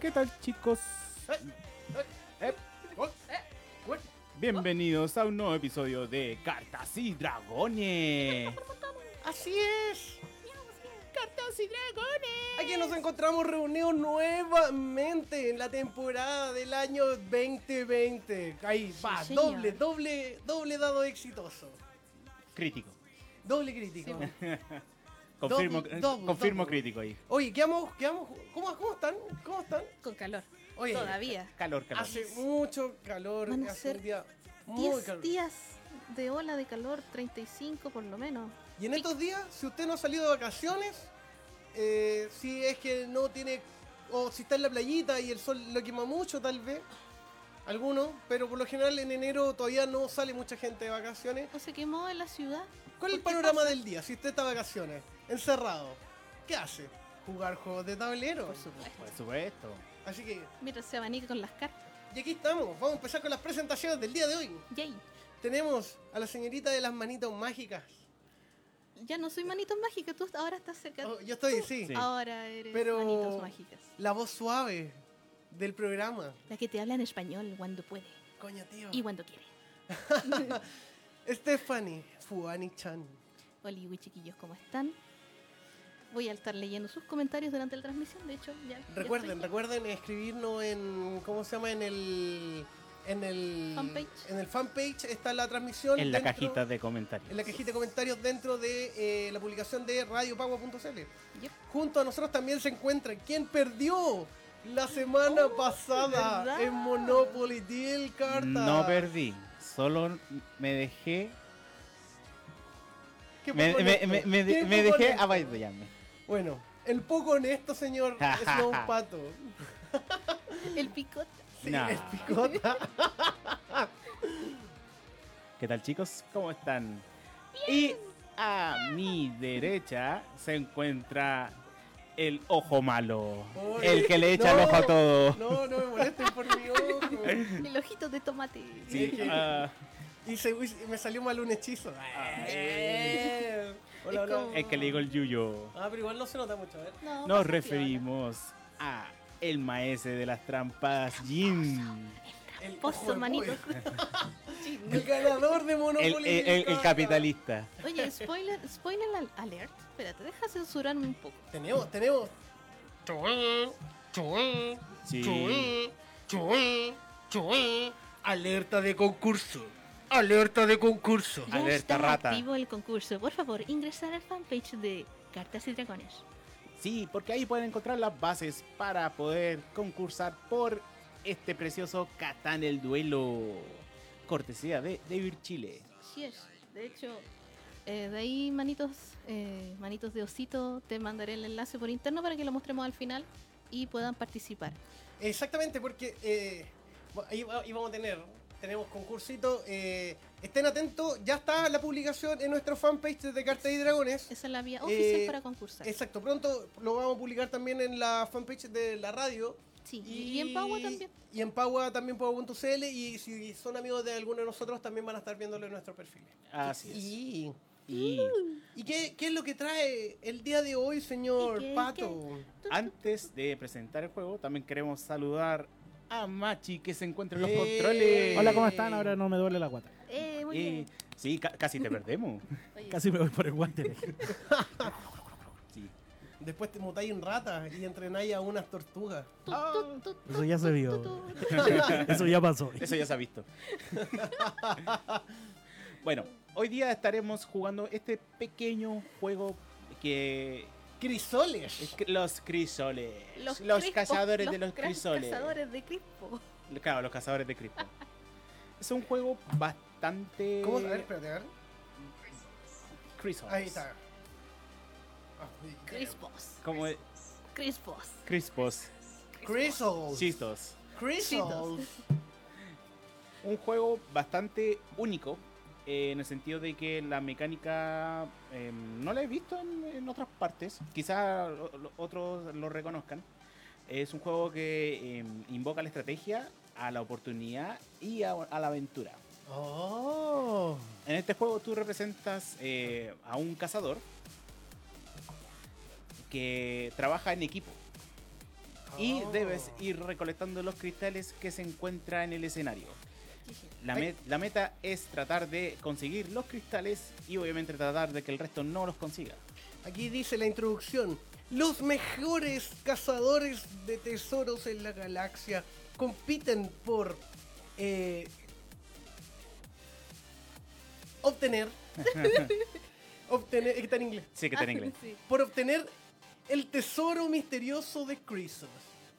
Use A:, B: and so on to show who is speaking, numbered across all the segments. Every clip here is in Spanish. A: ¿Qué tal, chicos? Bienvenidos a un nuevo episodio de Cartas y Dragones.
B: Así es.
A: Cartas y Dragones.
B: Aquí nos encontramos reunidos nuevamente en la temporada del año 2020. Ahí va,
C: Sí, señor.
B: doble, doble, doble dado exitoso.
A: Crítico.
B: Doble crítico.
A: Confirmo,
B: Double, double,
A: confirmo
B: double.
A: crítico ahí.
B: Oye, quedamos, quedamos. ¿Cómo, cómo están? ¿Cómo están?
C: Con calor.
B: Oye,
C: Todavía.
A: Calor, calor.
B: Hace mucho calor,
C: Van a
B: hace un
C: ser
B: día muy
C: 10
B: calor.
C: días de ola de calor, 35 por lo menos.
B: Y en estos días, si usted no ha salido de vacaciones, eh, si es que no tiene, o si está en la playita y el sol lo quema mucho, tal vez, alguno, pero por lo general en enero todavía no sale mucha gente de vacaciones.
C: O se quemó en la ciudad.
B: ¿Cuál es el
C: ¿Por qué
B: panorama
C: pasa?
B: del día? Si usted está de vacaciones, encerrado, ¿qué hace? Jugar juegos de tablero.
C: Por supuesto.
A: Por supuesto.
B: Así que,
C: Mientras se abanica con las cartas.
B: y aquí estamos, vamos a empezar con las presentaciones del día de hoy.
C: Yay.
B: Tenemos a la señorita de las manitas mágicas.
C: Ya no soy manitos mágicas, tú ahora estás cerca.
B: Oh, yo estoy, sí.
A: Sí.
C: Ahora eres
B: Pero-
C: manitos mágicas.
B: La voz suave del programa.
C: La que te habla en español cuando puede
B: Coño, tío.
C: y cuando quiere.
B: Stephanie Fuani-chan.
C: Oli, Wi, chiquillos, ¿cómo están? Voy a estar leyendo sus comentarios durante la transmisión, de hecho, ya. ya
B: Recuerden,
C: estoy.
B: recuerden escribirnos en. ¿Cómo se llama? En el. En el.
C: Fanpage.
B: En el fanpage está la transmisión.
A: En la
B: dentro-
A: cajita de comentarios.
B: En la cajita de comentarios dentro de eh, la publicación de radiopagua.cl.
C: Yep.
B: Junto a nosotros también se encuentran quien perdió la semana
C: Oh,
B: pasada
C: ¿verdad?
B: en Monopoly Deal Carta.
A: No perdí. Solo me dejé.
B: Qué
A: Me,
B: poco
A: me-
B: honesto.
A: me- me-
B: Qué
A: me
B: poco
A: dejé
B: honesto.
A: abayarme.
B: Bueno, el poco honesto, señor, es un pato.
C: El picot.
B: Sí,
A: Nah.
B: es picota.
A: ¿Qué tal chicos? ¿Cómo están? Y a mi derecha se encuentra el ojo malo.
B: Oy.
A: El que le echa el
B: No,
A: ojo a todo.
B: No, no me molesten por mi ojo.
C: El ojito de tomate.
A: Sí,
B: Sí.
A: ah,
B: Y, se- y me salió mal un hechizo. Ah, Eh. Hola,
C: Es
B: hola.
C: como-
A: el que le digo el yuyo.
B: Ah, pero igual no se nota mucho, a ver.
C: No,
A: Nos
C: pasa
A: referimos a el maese de las trampas, Jin.
B: El
C: piola.
B: ojo de
C: Pozo, manito.
B: pollo. El ganador de
A: El,
B: Monopoly.
A: el- el- el
B: Carta.
A: capitalista.
C: Oye, spoiler, spoiler al- alert. Espérate, deja censurarme un poco.
B: Tenemos, tenemos.
A: Sí.
B: Alerta de concurso. Alerta de concurso.
C: Ya
A: Alerta
C: está
A: rata.
C: activo el concurso. Por favor, ingresar al fanpage de Cartas y Dragones.
A: Sí, porque ahí pueden encontrar las bases para poder concursar por este precioso Catán el Duelo. Cortesía de David Chile.
C: Así es. De hecho, eh, de ahí, manitos, eh, manitos de osito, te mandaré el enlace por interno para que lo mostremos al final y puedan participar.
B: Exactamente, porque eh, va- ahí, va- ahí vamos a tener, tenemos concursito. eh, estén atentos, ya está la publicación en nuestro fanpage de Cartas y Dragones.
C: Esa es la vía oficial
B: Eh,
C: para concursar.
B: Exacto, pronto lo vamos a publicar también en la fanpage de la radio.
C: Sí, y en Paua también.
B: Y en Paua también, Paua.cl. Y si son amigos de alguno de nosotros, también van a estar viéndolo en nuestro perfil.
A: Así es.
B: Y, Uh,
A: Y
B: ¿y qué, qué es lo que trae el día de hoy, señor
C: ¿Y qué-
B: Pato?
A: antes de presentar el juego, también queremos saludar a Machi que se encuentra en los
B: ¡Eh!
A: controles.
D: Hola, ¿cómo están? Ahora no me duele la guata.
C: Eh, muy
A: Y-
C: bien.
A: sí, ca- casi te perdemos.
C: Oye,
D: Casi me voy por el guante.
A: Sí.
B: Después te mutáis en ratas y entrenáis a unas tortugas.
C: tu, tu, tu, tu,
D: Eso ya se
C: tu,
D: vio.
C: tu, tu.
D: Eso ya pasó.
A: Eso ya se ha visto. bueno, hoy día estaremos jugando este pequeño juego que
B: ¡Crisoles!
A: es que- los crisoles, los,
C: crispos,
A: cazadores de los eh.
C: gran
A: crisoles,
C: cazadores de crispo.
A: claro, los cazadores de crispo. es un juego bastante
B: ¿Cómo? A ver, espérate, a ver.
A: crisoles.
B: Ahí está.
C: Crispos.
A: Como
C: Crispos.
A: crispos,
B: Crisols.
A: chistos.
B: Crisols.
A: un juego bastante único eh, en el sentido de que la mecánica eh, no la he visto en, en otras partes, quizás otros lo reconozcan. Es un juego que eh, invoca la estrategia, a la oportunidad y a, a la aventura.
B: Oh.
A: En este juego tú representas eh, a un cazador que trabaja en equipo. y
B: Oh.
A: debes ir recolectando los cristales que se encuentran en el escenario. La, me- la meta es tratar de conseguir los cristales y obviamente tratar de que el resto no los consiga.
B: Aquí dice la introducción. Los mejores cazadores de tesoros en la galaxia compiten por eh, obtener, obtener, es que está en inglés,
A: Sí,
C: Ah.
A: que está en inglés.
C: Sí.
B: por obtener el tesoro misterioso de Crisis.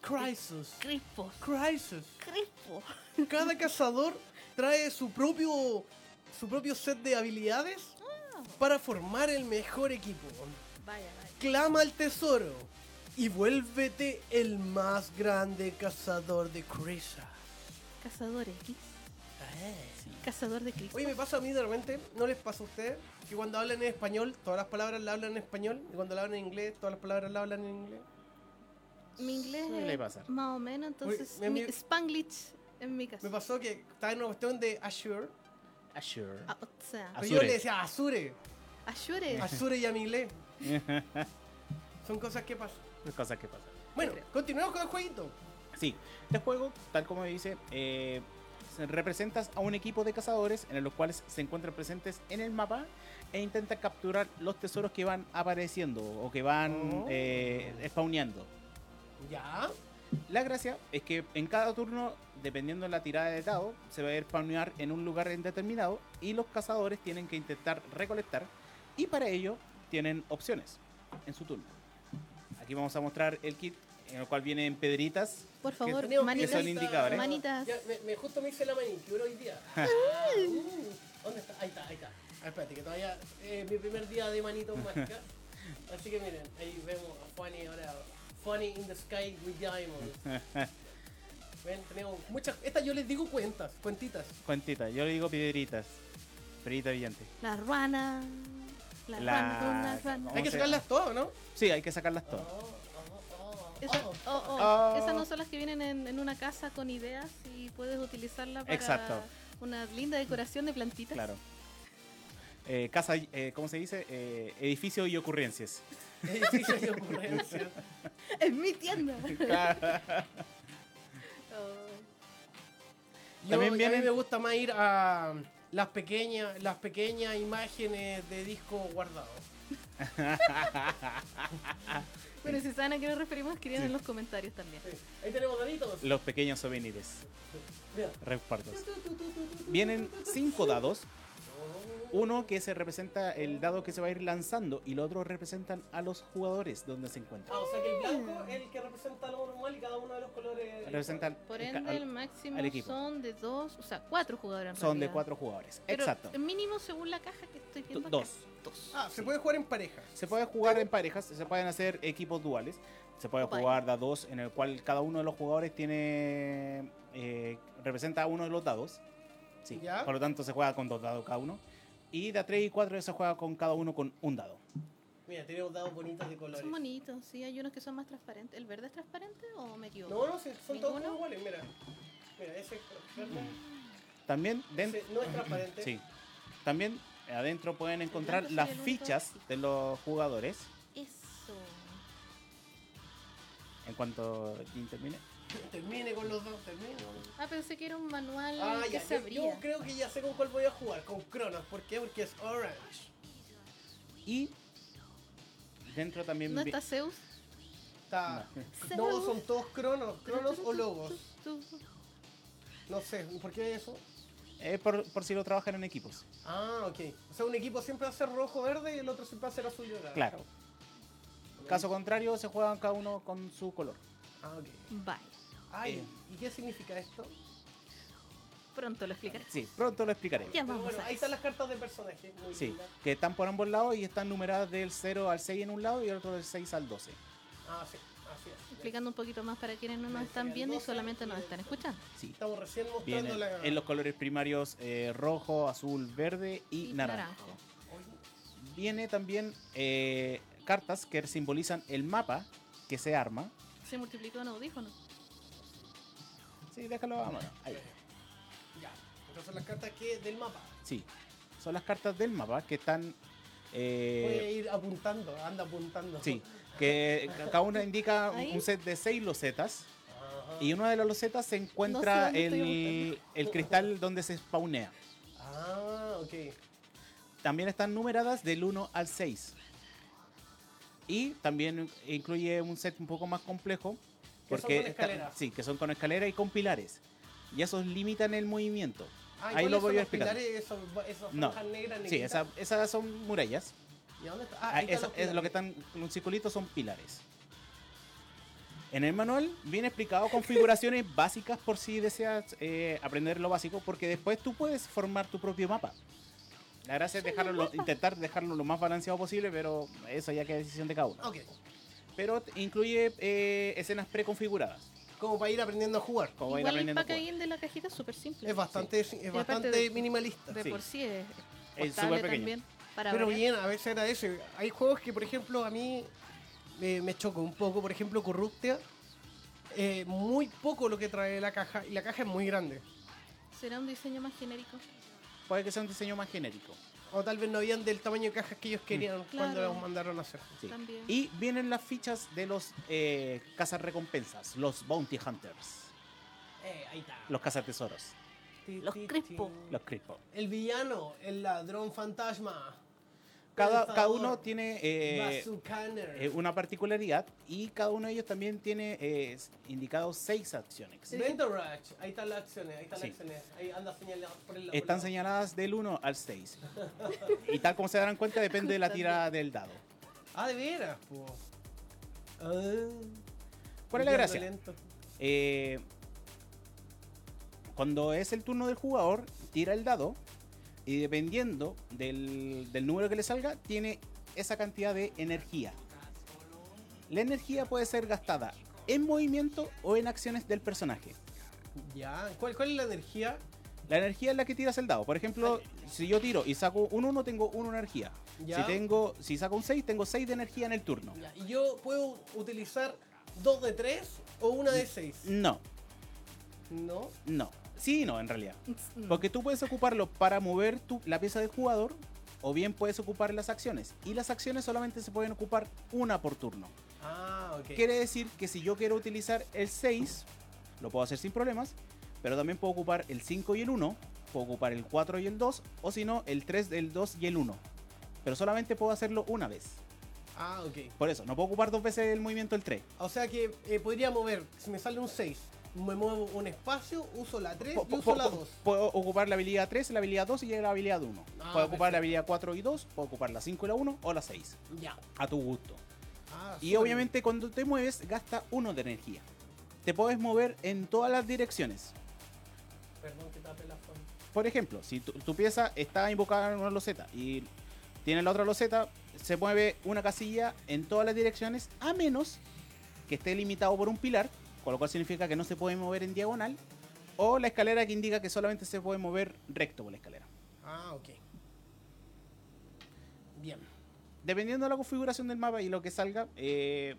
B: Crisis.
C: Crispo,
B: Crisis.
C: crispo.
B: Cada cazador trae su propio su propio set de habilidades para formar el mejor equipo
C: Vaya, vaya.
B: clama al tesoro y vuélvete el más grande cazador de Krisa.
C: Cazador X. Cazador de Crispo.
B: Oye, me pasa a mí de repente, ¿no les pasa a ustedes? Que cuando hablan en español, todas las palabras la hablan en español, y cuando la hablan en inglés, todas las palabras la hablan en inglés.
C: Mi inglés
A: Suele
C: es
A: pasar.
C: más o menos, entonces
B: mi
C: mi
B: amigo-
C: Spanglish en mi caso.
B: Me pasó que estaba en una cuestión de Azure,
A: Azure.
C: Ah, o sea,
B: pero yo
A: Azure.
B: le decía Azure,
C: Azure.
A: Ah,
B: Azure y a mi inglés. Son cosas que pasan.
A: Cosas que pasan.
B: Bueno,
C: creo.
B: continuemos con el jueguito.
A: Sí, este juego, tal como dice, eh, se- representas a un equipo de cazadores en los cuales se encuentran presentes en el mapa e intenta capturar los tesoros que van apareciendo o que van
B: Oh.
A: eh, spawneando.
B: Ya.
A: La gracia es que en cada turno, dependiendo de la tirada de dado, se va a spawnear en un lugar indeterminado y los cazadores tienen que intentar recolectar y para ello tienen opciones en su turno. Aquí vamos a mostrar el kit en el cual vienen pedritas.
C: Por favor,
A: que-
B: Tenemos
C: manitas.
A: que son indicadores.
C: Manitas.
B: Ya, me, me- justo me hice la manicura hoy día. Ah, Uh, ¿Dónde está? Ahí está, ahí está. Ah, espérate, que todavía eh, mi primer día de manito mágica. Así que miren, ahí vemos a Funny ahora. Funny in the sky with diamonds. Ven, tenemos muchas. Estas yo les digo cuentas, cuentitas.
A: Cuentita, yo le digo piedritas. Piedrita brillante.
C: La ruana. La,
A: La-
C: ruana, una ruana.
A: ¿Cómo
B: Hay que
A: se
B: sacarlas todas, ¿no?
A: Sí, hay que sacarlas todas.
B: Oh, oh, oh,
C: Esa-
B: oh.
C: oh, oh.
A: Oh.
C: Esas no son las que vienen en, en una casa con ideas y puedes utilizarla para
A: Exacto.
C: una linda decoración de plantitas.
A: Claro. Eh, casa, eh, ¿cómo se dice? Eh, edificio y ocurrencias.
B: Edificios y ocurrencias.
C: En mi tienda. Oh.
B: Yo-
A: También
B: a mí
A: vienen-
B: me gusta más ir a las pequeñas, las pequeñas imágenes de disco guardado.
C: Pero si saben a qué nos referimos, escriban en los comentarios también.
B: Ahí tenemos daditos.
A: Los pequeños souvenirs.
B: Mira.
A: Repartos. Vienen cinco dados. Uno que se representa el dado que se va a ir lanzando y los otros representan a los jugadores donde se encuentran.
B: Ah, o sea que el blanco es el que representa lo normal y cada uno de los colores.
A: Representan
C: Por
A: el ca-
C: ende, el
A: al-
C: máximo
A: al equipo.
C: son de dos, o sea, cuatro jugadores. en
A: son de
C: realidad.
A: cuatro jugadores.
C: Pero
A: Exacto.
C: el mínimo según la caja que estoy viendo. acá.
A: Dos.
B: Ah, se puede jugar en pareja.
A: Se puede jugar en parejas, se pueden hacer equipos duales, se puede
C: Opa.
A: jugar da dos en el cual cada uno de los jugadores tiene eh, representa a uno de los dados. Sí.
B: ¿Ya?
A: Por lo tanto se juega con dos dados cada uno. Y da tres y cuatro se juega con cada uno con un dado.
B: Mira, tenemos dados bonitos de colores.
C: Son bonitos, sí, hay unos que son más transparentes. ¿El verde es transparente o me equivoco?
B: No, no, sí, son todos
C: ¿Ninguno?
B: iguales, mira. Mira, ese es verde,
A: También dentro
B: ese no es transparente.
A: sí. También adentro pueden encontrar
C: blanco
A: las
C: sería el único
A: fichas
C: así.
A: de los jugadores
C: Eso.
A: en cuanto Jin termine.
B: Termine con los dos, termine.
C: Ah, pensé que era un manual
B: Ah,
C: que
B: ya,
C: se
B: yo, yo
C: abría.
B: creo que ya sé con cuál voy a jugar, con Cronos. ¿Por qué? Porque es orange.
A: Y dentro también
C: ¿No
A: vi-
C: está Zeus?
B: Está...
C: No.
B: No, son todos Cronos, Cronos o Lobos.
C: Tu, tu, tu, tu.
B: No sé, ¿por qué eso?
A: eh, por, por si lo trabajan en equipos.
B: Ah, ok. O sea, un equipo siempre va a ser rojo-verde y el otro siempre va a ser azul-dorado.
A: Claro. Caso contrario, se juegan cada uno con su color.
B: Ah, ok.
C: Vaya.
B: Ay,
A: Eh.
B: ¿y qué significa esto?
C: Pronto lo explicaré.
A: Sí, pronto lo explicaré.
C: Ya
B: Pero
C: vamos
B: bueno,
C: a
B: ahí
C: eso.
B: están las cartas de personaje. Muy
A: Sí,
B: lindas.
A: que están por ambos lados y están numeradas del 0 al 6 en un lado y el otro del 6 al 12.
B: Ah, sí, así es.
C: Explicando un poquito más para quienes no nos
B: Me
C: están
B: sacan
C: viendo y
B: doce
C: solamente
B: y
C: nos
B: el
C: están
B: otro.
C: escuchando.
A: Sí,
B: Estamos recién mostrando
A: vienen
B: la.
A: en los colores primarios eh, rojo, azul, verde y,
C: Y
A: naranjo.
C: naranjo.
B: Oye,
A: Viene también eh, cartas que simbolizan el mapa que se arma.
C: Se multiplicó en audífonos.
A: Sí, déjalo a mano. Ahí.
B: Ya. Entonces son las cartas que del mapa.
A: Sí, son las cartas del mapa que están...
B: Voy a
A: eh,
B: ir apuntando, anda apuntando.
A: sí, que cada una indica
C: Ahí.
A: un set de seis losetas.
B: Ajá.
A: Y en una de las losetas se encuentra
C: dónde estoy
A: el, el cristal donde se spawnea.
B: Ah, ok.
A: También están numeradas del 1 al 6. Y también incluye un set un poco más complejo.
B: Que son
A: Porque
B: con
A: está-
B: escalera.
A: sí, que son con escalera y con pilares. Y esos limitan el movimiento.
B: Ah, ¿y
A: Ahí
B: cuáles
A: lo voy
B: son
A: a
B: los
A: explicar.
B: pilares, esos- esas
A: No.
B: franjas negras,
A: Sí,
B: negritas?
A: esa- esas son murallas.
B: ¿Y dónde está? Ah,
A: Ah,
B: ahí están
A: eso-
B: los
A: es lo que
B: pilares.
A: están en un circulito son pilares. En el manual viene explicado configuraciones básicas por si deseas eh, aprender lo básico, porque después tú puedes formar tu propio mapa. La gracia es dejarlo, lo- intentar dejarlo lo más balanceado posible, pero eso ya queda decisión de cada uno.
B: Ok,
A: Pero t- incluye eh, escenas preconfiguradas,
B: como para ir aprendiendo a jugar.
A: como va a ir
C: Igual el
A: aprendiendo. a jugar.
C: packaging de la cajita es súper simple.
B: Es bastante, es
C: aparte
B: bastante
C: de-
B: minimalista.
C: De
A: sí.
C: por sí es
A: Es
C: portable
A: súper pequeño.
C: también. Para
B: Pero
C: variar.
B: bien, a veces era ese. Hay juegos que, por ejemplo, a mí eh, me choca un poco. Por ejemplo, Corruptia. eh, muy poco lo que trae la caja. Y la caja es muy grande.
C: Será un diseño más genérico.
A: Puede que sea un diseño más genérico.
B: O tal vez no habían del tamaño de cajas que ellos querían cuando
C: Mm. Claro.
B: los mandaron a hacer.
A: sí.
C: También.
A: Y vienen las fichas de los eh, recompensas, los Bounty Hunters,
B: Eh, ahí está.
A: los cazatesoros,
C: Los Crespo.
A: los Creepo.
B: El villano, el ladrón fantasma.
A: Cada,
B: Pensador,
A: cada uno tiene eh,
B: Bazookaner.
A: eh, una particularidad y cada uno de ellos también tiene eh, s- indicados seis acciones.
B: Ventorax, ahí están las acciones, ahí están
A: Sí.
B: las acciones. Ahí anda señalado por el lado.
A: Están señaladas del 1 al 6. Y tal como se darán cuenta, depende de la tirada del dado.
B: Ah, de veras, po. Ah.
A: ¿Cuál es la
B: Yendo
A: gracia?
B: lento.
A: Eh, cuando es el turno del jugador, tira el dado y dependiendo del, del número que le salga, tiene esa cantidad de energía. La energía puede ser gastada en movimiento o en acciones del personaje.
B: Ya, ¿cuál, cuál es la energía?
A: La energía es la que tiras el dado. Por ejemplo, si yo tiro y saco un 1, tengo 1 energía.
B: Ya.
A: Si tengo, si saco un 6, tengo 6 de energía en el turno.
B: Ya, ¿Y yo puedo utilizar dos de tres o una de seis?
A: No,
B: No.
A: no. Sí y no, en realidad.
C: Mm.
A: Porque tú puedes ocuparlo para mover tu- la pieza del jugador o bien puedes ocupar las acciones. Y las acciones solamente se pueden ocupar una por turno.
B: Ah, ok.
A: Quiere decir que si yo quiero utilizar el 6, lo puedo hacer sin problemas, pero también puedo ocupar el 5 y el 1, puedo ocupar el 4 y el 2, o si no, el 3, el 2 y el 1. Pero solamente puedo hacerlo una vez.
B: Ah, ok.
A: Por eso, no puedo ocupar dos veces el movimiento del 3.
B: O sea que eh, podría mover, si me sale un 6, me muevo un espacio, uso la 3 y
A: Po-
B: uso
A: po-
B: la
A: po-
B: 2.
A: Puedo ocupar la habilidad 3, la habilidad 2 y la habilidad 1.
B: Ah,
A: puedo ocupar
B: perfecto.
A: la habilidad 4 y 2, puedo ocupar la 5 y la 1 o la 6.
B: Ya.
A: A tu gusto.
B: Ah,
A: Y
B: súper
A: obviamente cuando te mueves gasta uno de energía. Te puedes mover en todas las direcciones.
B: bien. Perdón que tape la forma.
A: Por ejemplo, si tu, tu pieza está invocada en una loseta y tiene la otra loseta, se mueve una casilla en todas las direcciones a menos que esté limitado por un pilar, con lo cual significa que no se puede mover en diagonal, o la escalera que indica que solamente se puede mover recto por la escalera.
B: Ah, ok. Bien.
A: Dependiendo de la configuración del mapa y lo que salga, eh,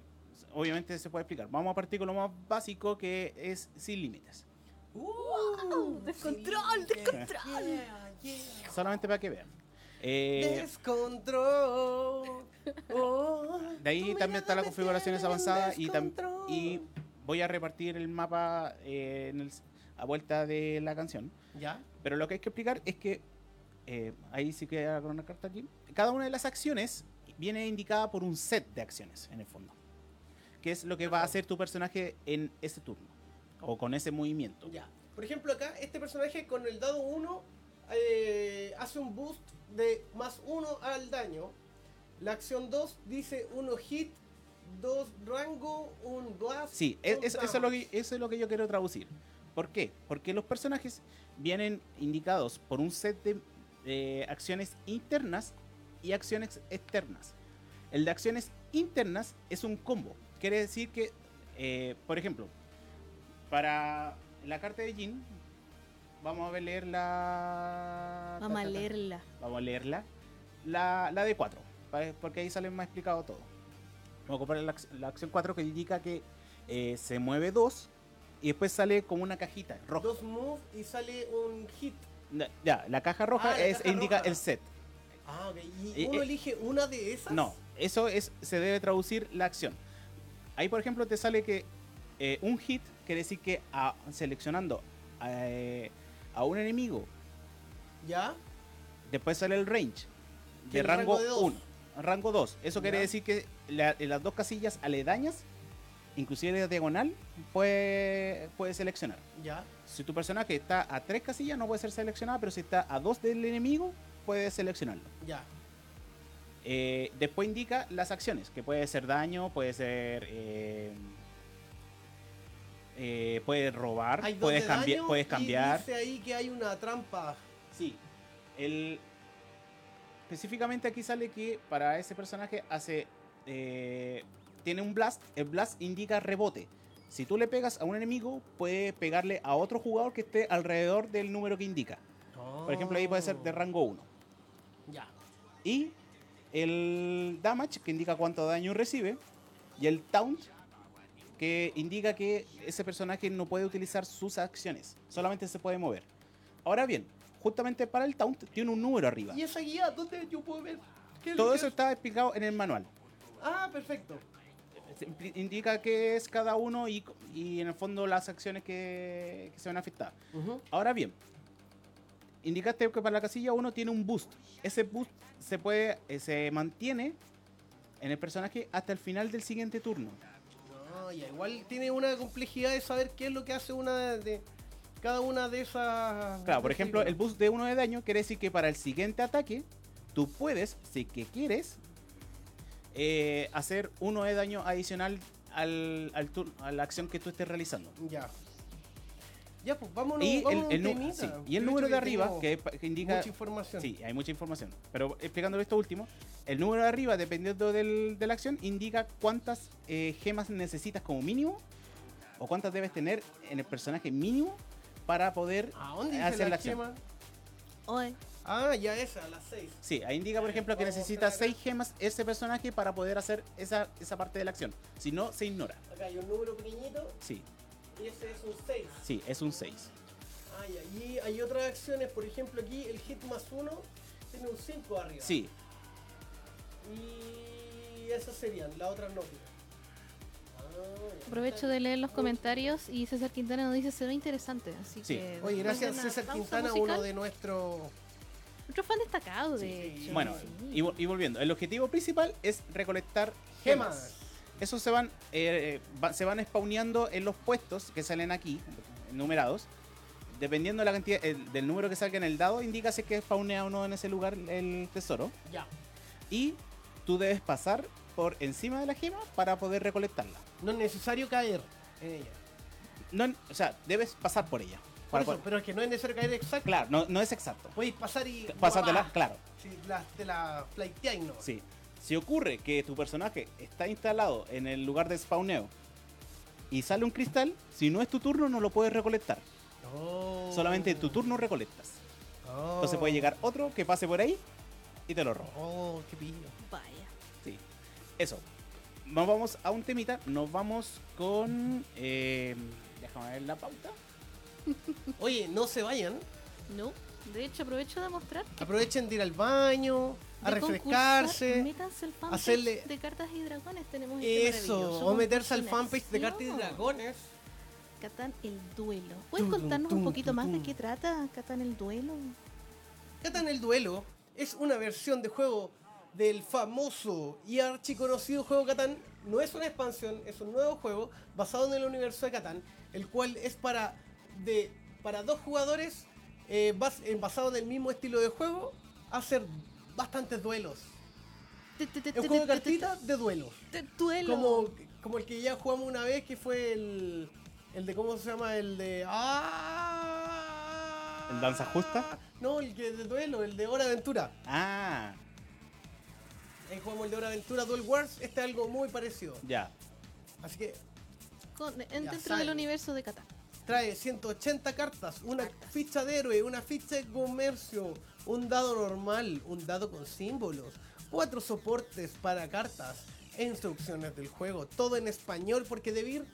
A: obviamente se puede explicar. Vamos a partir con lo más básico que es sin límites.
B: ¡Wow!
C: Uh, ¡Descontrol! ¡Descontrol!
A: Solamente para que vean. Eh,
B: ¡Descontrol! Oh,
A: de ahí
B: tu
A: también está la
B: mirada me
A: configuración
B: tiene en
A: avanzada y, tam-
B: descontrol.
A: y voy a repartir el mapa eh, en el- a vuelta de la canción.
B: ¿Ya?
A: Pero lo que hay que explicar es que eh, ahí sí que con una carta aquí. Cada una de las acciones viene indicada por un set de acciones en el fondo, que es lo que va a hacer tu personaje en ese turno o con ese movimiento.
B: Ya. Por ejemplo, acá este personaje con el dado 1 hace un boost de más 1 al daño. La acción 2 dice 1 hit, 2 rango, 1 blast.
A: Sí, es-
B: un
A: es- eso, es lo que, eso es lo que yo quiero traducir. ¿Por qué? Porque los personajes vienen indicados por un set de eh, acciones internas y acciones externas. El de acciones internas es un combo. Quiere decir que, eh, por ejemplo, para la carta de Jin, vamos a leer la...
C: Vamos a
A: ta, ta, ta.
C: leerla.
A: Vamos a leerla. La, la de 4, porque ahí sale más explicado todo. Vamos a comprar la, ac- la acción 4 que indica que eh, se mueve 2 y después sale como una cajita roja.
B: 2 move y sale un hit.
A: Na- Ya, la caja roja
B: Ah, la
A: es,
B: caja
A: indica
B: roja.
A: el set.
B: Ah, ok. ¿Y
A: Eh,
B: uno
A: eh.
B: elige una de esas?
A: No, Eso es, se debe traducir la acción. Ahí, por ejemplo, te sale que eh, un hit quiere decir que a- seleccionando eh, a un enemigo,
B: ¿Ya?
A: después sale el range
B: Que
A: de
B: el
A: rango
B: rango de dos.
A: 1, rango 2. Eso quiere
B: Ya.
A: decir que la- en las dos casillas aledañas, inclusive la diagonal, puede, puede seleccionar.
B: ¿Ya?
A: Si tu personaje está a tres casillas, no puede ser seleccionado, pero si está a dos del enemigo, puedes seleccionarlo.
B: ¿Ya?
A: Eh, después indica las acciones, que puede ser daño, puede ser. eh, eh, puedes robar,
B: Hay dos
A: puedes,
B: de
A: cambiar
B: daño
A: puedes
B: y
A: cambiar.
B: dice ahí que hay una trampa.
A: Sí. El... Específicamente aquí sale que para ese personaje hace. eh, tiene un blast. El blast indica rebote. Si tú le pegas a un enemigo, puede pegarle a otro jugador que esté alrededor del número que indica. Por ejemplo, ahí puede ser de rango 1.
B: Ya.
A: Y el damage, que indica cuánto daño recibe. Y el taunt, que indica que ese personaje no puede utilizar sus acciones. Solamente se puede mover. Ahora bien, justamente para el taunt tiene un número arriba.
B: ¿Y esa guía dónde yo puedo ver? ¿Qué es lo
A: Todo
B: que
A: eso
B: es?
A: está explicado en el manual.
B: Ah, perfecto.
A: Se impli- Indica qué es cada uno y, y en el fondo las acciones que, que se van a afectar. Ahora bien, indicaste que para la casilla 1 tiene un boost. Ese boost se puede eh, se mantiene en el personaje hasta el final del siguiente turno.
B: No, ya, igual tiene una complejidad de saber qué es lo que hace una de cada una de esas.
A: Claro, por ejemplo, el
B: bus
A: boost de 1 de daño quiere decir que para el siguiente ataque tú puedes, si que quieres, eh, hacer 1 de daño adicional al, al tur- a la acción que tú estés realizando.
B: Ya. Ya, pues vámonos.
A: Y el,
B: vámonos
A: el nu-
B: temita.
A: sí,
B: Yo
A: y el
B: creo
A: número
B: que
A: de arriba,
B: tengo
A: que, pa- que indica
B: Mucha información.
A: Sí, hay mucha información. Pero explicándole esto último, el número de arriba, dependiendo del- de la acción, indica cuántas eh, gemas necesitas como mínimo o cuántas debes tener en el personaje mínimo para poder
B: ¿A dónde dice
A: hacer
B: la,
A: la acción.
B: gema?
C: Oe,
B: Ah, ya esa, a las 6.
A: Sí, ahí indica, por ejemplo, que
B: Vamos a
A: necesita
B: mostrar acá.
A: 6 gemas ese personaje para poder hacer esa, esa parte de la acción. Si no, se ignora.
B: Acá hay un número pequeñito
A: Sí,
B: y ese es un 6.
A: sí, es un 6.
B: Ah, ya. Y hay otras acciones, por ejemplo, aquí el hit más 1 tiene un 5 arriba.
A: Sí,
B: Y esas serían, las otras no. Ah, ya.
C: aprovecho de leer los comentarios y César Quintana nos dice, se ve interesante, así
A: Sí.
C: que...
B: Oye, gracias
C: después de una
B: César
C: pausa
B: Quintana,
C: musical,
B: uno de nuestros...
C: Otro fan destacado, de
B: Sí.
C: hecho.
A: bueno,
C: Sí.
A: y, vol- y volviendo, el objetivo principal es recolectar gemas.
B: Gemas.
A: Esos se van, eh, va- se van spawneando en los puestos que salen aquí, numerados. Dependiendo de la cantidad, el- del número que salga en el dado, indica si es que spawnea o no en ese lugar el tesoro.
B: Ya.
A: Y tú debes pasar por encima de la gema para poder recolectarla.
B: No es necesario caer en ella.
A: No, en- o sea, debes pasar por ella.
B: Por
A: Para
B: eso,
A: poder-
B: pero es que no es necesario caer exacto.
A: claro, no, no es exacto.
B: Podéis pasar y...
A: Pasártela,
B: ¡guapá!
A: claro.
B: Si la, te la flighteáis, ¿no?
A: Sí. Si ocurre que tu personaje está instalado en el lugar de spawneo y sale un cristal, si no es tu turno no lo puedes recolectar.
B: Oh.
A: Solamente en tu turno recolectas.
B: Oh.
A: Entonces puede llegar otro que pase por ahí y te lo roba.
B: Oh, qué pillo.
C: Vaya.
A: Sí. Eso. Nos vamos a un temita. Nos vamos con. eh, déjame ver la pauta.
B: Oye, no se vayan.
C: No, de hecho aprovecho de mostrar...
B: Aprovechen de ir al baño, a
C: de concursar,
B: refrescarse.
C: Métanse al fanpage
B: hacerle-
C: de Cartas y Dragones, tenemos este
B: Eso.
C: maravilloso
B: O meterse al
C: concurso en
B: fanpage de Cartas y
C: acción.
B: Dragones.
C: Catán el duelo. ¿Puedes
B: Tum, tum,
C: contarnos
B: tum,
C: un poquito
B: tum,
C: más de
B: tum.
C: qué trata Catán el duelo?
B: Catan el Duelo es una versión de juego del famoso y archiconocido juego Catán. No es una expansión, es un nuevo juego basado en el universo de Catán, el cual es para, de, para dos jugadores eh, bas- eh, basado en el mismo estilo de juego, hacer bastantes duelos.
C: Te- te- te-
B: Es un
C: te-
B: juego de
C: te- te-
B: cartitas de duelos.
C: te- Duelo.
B: Como, como el que ya jugamos una vez, que fue el, el de, ¿cómo se llama? El de... ¡Ah!
A: ¿El Danza Justa?
B: No, el que de duelo, el de Hora de Aventura.
A: Ah,
B: Ahí jugamos el de Hora de Aventura Duel Wars. Este es algo muy parecido.
A: ya.
B: Así que
C: Con- en-
B: Ya
C: dentro
B: saben.
C: del universo de Catán.
B: trae 180 cartas, una ficha de héroe, una ficha de comercio, un dado normal, un dado con símbolos, cuatro soportes para cartas e instrucciones del juego. Todo en español porque DeVir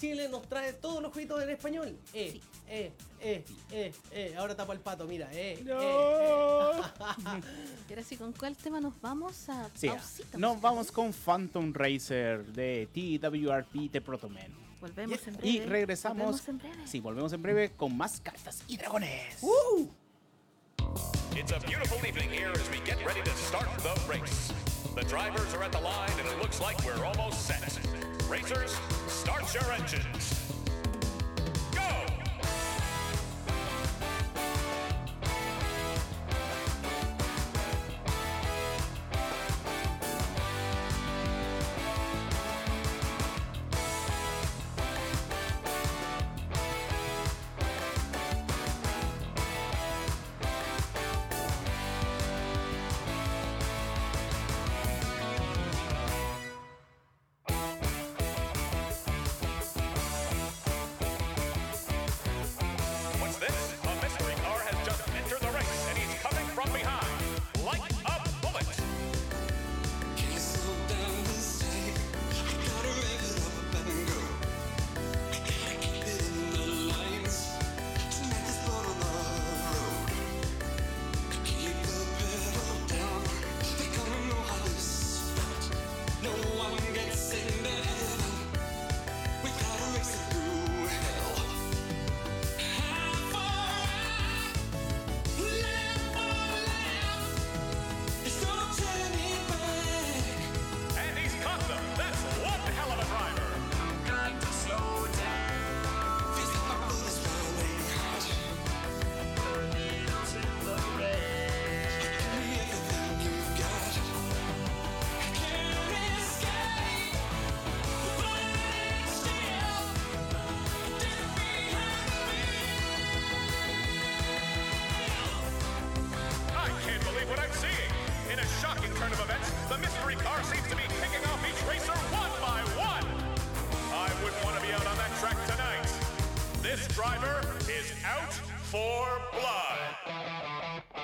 B: Chile nos trae todos los jueguitos en español. Eh,
C: Sí.
B: eh, eh, eh, eh. Ahora tapa el pato, mira. Eh, eh, eh.
A: No.
C: Y ahora sí, ¿con cuál tema nos vamos a
A: Sí,
C: pausita
A: nos
C: musical?
A: vamos con Phantom Racer de TWRP de Protoman.
C: Volvemos en breve.
A: Y regresamos.
C: Volvemos en breve.
A: Sí, volvemos en breve con más cartas y dragones.
B: ¡Uh!
E: It's a beautiful evening here as we get ready to start the race. The drivers are at the line and it looks like we're almost set. Racers, start your engines. Go! What's this? A mystery car has just entered the race and he's coming from behind. Like a bullet.
F: Can't slow down this day. I gotta rev it up and go. I gotta keep it in the lines to make this boat on the road. I keep the pedal down. They gotta know how this felt. No one gets into heaven without a race through hell. How far out? Left or left? There's no turning back.
E: And he's caught them. That's one hell of a driver. I can't believe what I'm seeing. In a shocking turn of events, the mystery car seems to be picking off each racer one by one. I wouldn't want to be out on that track tonight. This driver is out for blood.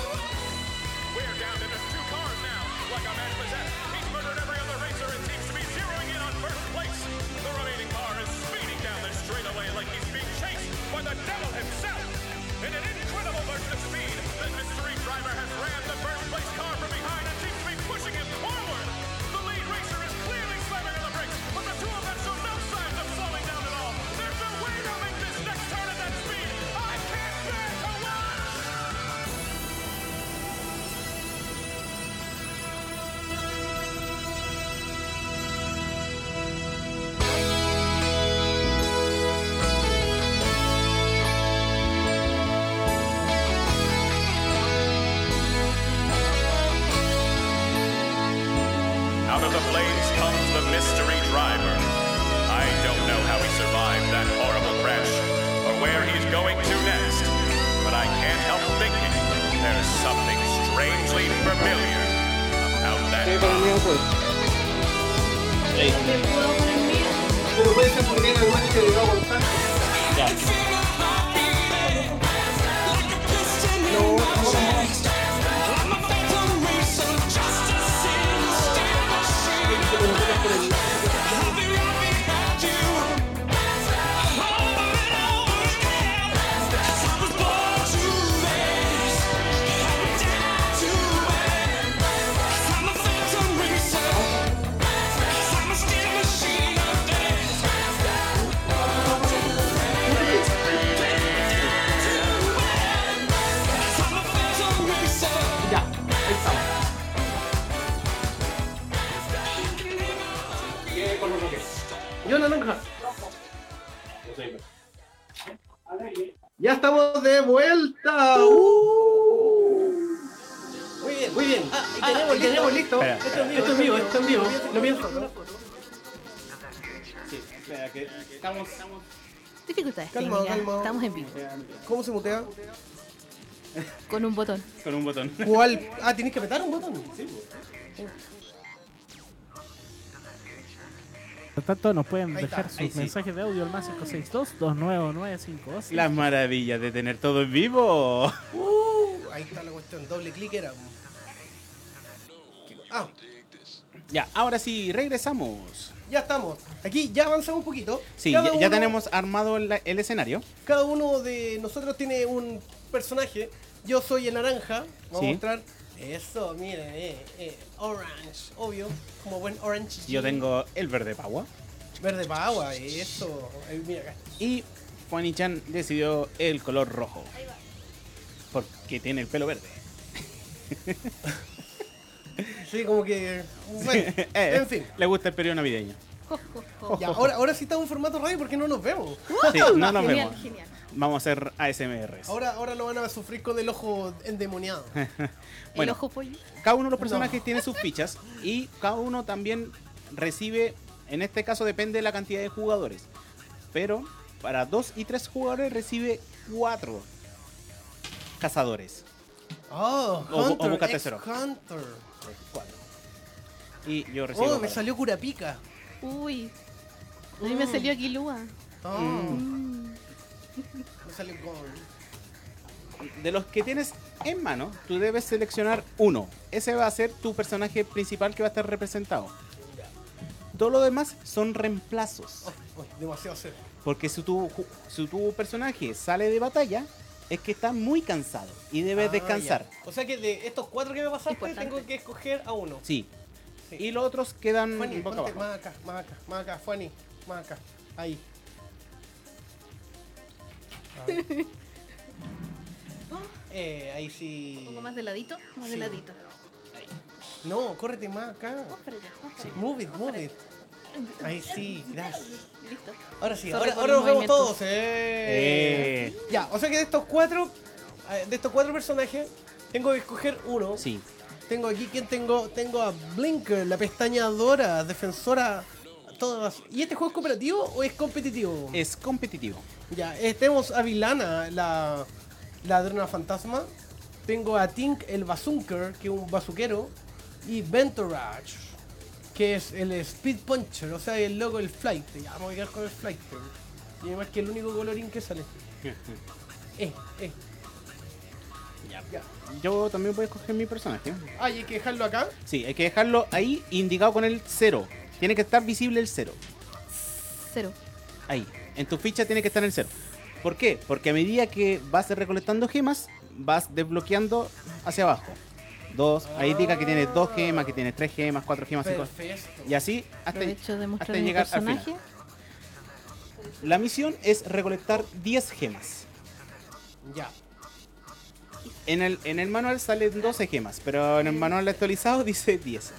E: We're down to just two cars now. Like a man possessed, he's murdered every other racer and seems to be zeroing in on first place. The remaining car is speeding down the straightaway like he's being chased by the devil himself. In an incredible burst of speed, the mystery driver has rammed the first place car from behind and seems to be pushing him forward. The lead racer is clearly slamming on the brakes, but the two of them show no signs of slowing down at all. There's no way they'll make this next turn at that speed. I can't bear to watch! Out of the flames comes the mystery driver. I don't know how he survived that horrible crash or where he's going to next, but I can't help thinking there's something strangely familiar about that. car.
B: Pero puede ser porque era el que le va a aguantar.
F: Thank
B: Yo naranja.
G: No sé,
B: Ya estamos de vuelta. Uh,
G: Muy bien, muy bien.
B: Ah, ahí tenemos, ahí tenemos listo.
A: Espera,
B: Esto es mío, esto es mío, esto es mío. Lo pienso. ¿no?
A: Sí, espera, que estamos. estamos
C: Dificultades
B: Calma,
C: técnicas.
B: calma.
C: Estamos en vivo.
B: ¿Cómo se mutea?
C: Con un botón.
A: con un botón.
B: ¿Cuál? Ah, tenés que apretar un botón.
D: Por tanto, nos pueden
B: Ahí está,
D: dejar sus
A: ahí sí.
D: mensajes de audio al más 562 29952
A: Las maravillas de tener todo en vivo.
B: Uh, ahí está la cuestión. Doble clic era. Ah,
A: Ya, ahora sí, regresamos.
B: ya estamos. Aquí ya avanzamos un poquito.
A: Sí,
B: Cada
A: ya, ya
B: uno-
A: tenemos armado el, el escenario.
B: Cada uno de nosotros tiene un personaje. Yo soy el naranja. Vamos
A: Sí.
B: a mostrar. Eso, miren, eh, eh, orange, obvio, como buen orange.
A: Yo tengo el verde pagua.
B: Verde para agua, eso. Ahí, mira acá.
A: Y Juanichan decidió el color rojo. Porque tiene el pelo verde.
B: Sí, como que. Bueno,
A: Eh,
B: en fin.
A: Le gusta el periodo navideño.
C: Jo, jo, jo.
B: Ya, ahora, ahora sí estamos en formato radio porque no nos vemos.
A: Sí, no nos
C: genial,
A: vemos.
C: genial.
A: Vamos a hacer ASMRs.
B: Ahora, ahora lo van a sufrir con el ojo endemoniado.
A: Bueno.
C: El ojo pollo.
A: Cada uno de los personajes tiene sus fichas y cada uno también recibe, en este caso depende de la cantidad de jugadores, pero para dos y tres jugadores recibe cuatro cazadores.
B: Oh,
A: O- o
B: Hunter.
A: busca
B: ex
A: tesoro.
B: Hunter.
A: Cuatro. Y yo recibo...
B: Oh, me
A: cuatro.
B: salió curapica.
C: Uy. A mí me
B: Mm.
C: salió Aquilúa.
B: Oh,
C: Mm.
B: me salió con. oh,
A: De los que tienes en mano, tú debes seleccionar uno. Ese va a ser tu personaje principal que va a estar representado. Todo lo demás son reemplazos.
B: Oh, oh, demasiado cero.
A: Porque si tu, ju- si tu personaje sale de batalla, es que está muy cansado y debes
B: Ah,
A: descansar.
B: ya. O sea que de estos cuatro que me pasaste,
C: Importante.
B: tengo que escoger a uno.
A: Sí.
B: Sí.
A: Y los otros quedan
B: Fanny,
A: boca
B: ponte
A: abajo.
B: más acá, más acá, más acá, Fanny, más acá. Ahí. Ah. Eh, ahí sí.
C: Ah. Un poco más de ladito, más de
B: Sí.
C: ladito.
B: No, córrete más acá.
C: Vamos para allá, vamos para allá.
B: Move it, move it. Ahí sí, gracias.
C: Listo.
B: Ahora sí,
C: Sorry
B: ahora,
C: por
B: ahora
C: el
B: nos vemos
C: movimiento.
B: todos. Eh.
A: Eh,
B: Ya, o sea que de estos cuatro, eh, de estos cuatro personajes, tengo que escoger uno.
A: sí.
B: Tengo aquí, ¿quién tengo? Tengo a Blinker, la pestañadora, defensora, todas. ¿Y este juego es cooperativo o es competitivo?
A: Es competitivo.
B: Ya, eh, tenemos a Vilana, la ladrona fantasma. Tengo a Tink, el bazunker, que es un bazuquero. Y Ventorage, que es el speed puncher, o sea, el loco del flight. Ya, vamos a quedar con el flight. Y además que el único colorín que sale. Eh, eh.
A: Ya. Yo también voy a escoger mi personaje.
B: Ah, y hay que dejarlo acá.
A: Sí, hay que dejarlo ahí indicado con el cero. Tiene que estar visible el cero.
C: Cero.
A: Ahí. En tu ficha tiene que estar el cero. ¿Por qué? Porque a medida que vas recolectando gemas, vas desbloqueando hacia abajo. Dos, ahí indica que tienes dos gemas, que tienes tres gemas, cuatro gemas, cinco.
B: Perfecto.
A: Y así hasta,
C: Aprovecho de
A: hasta
C: mostrar mi
A: llegar al
C: personaje.
A: final. La misión es recolectar 10 gemas.
B: Ya.
A: En el, en el manual salen 12 gemas, pero en el manual actualizado dice 10.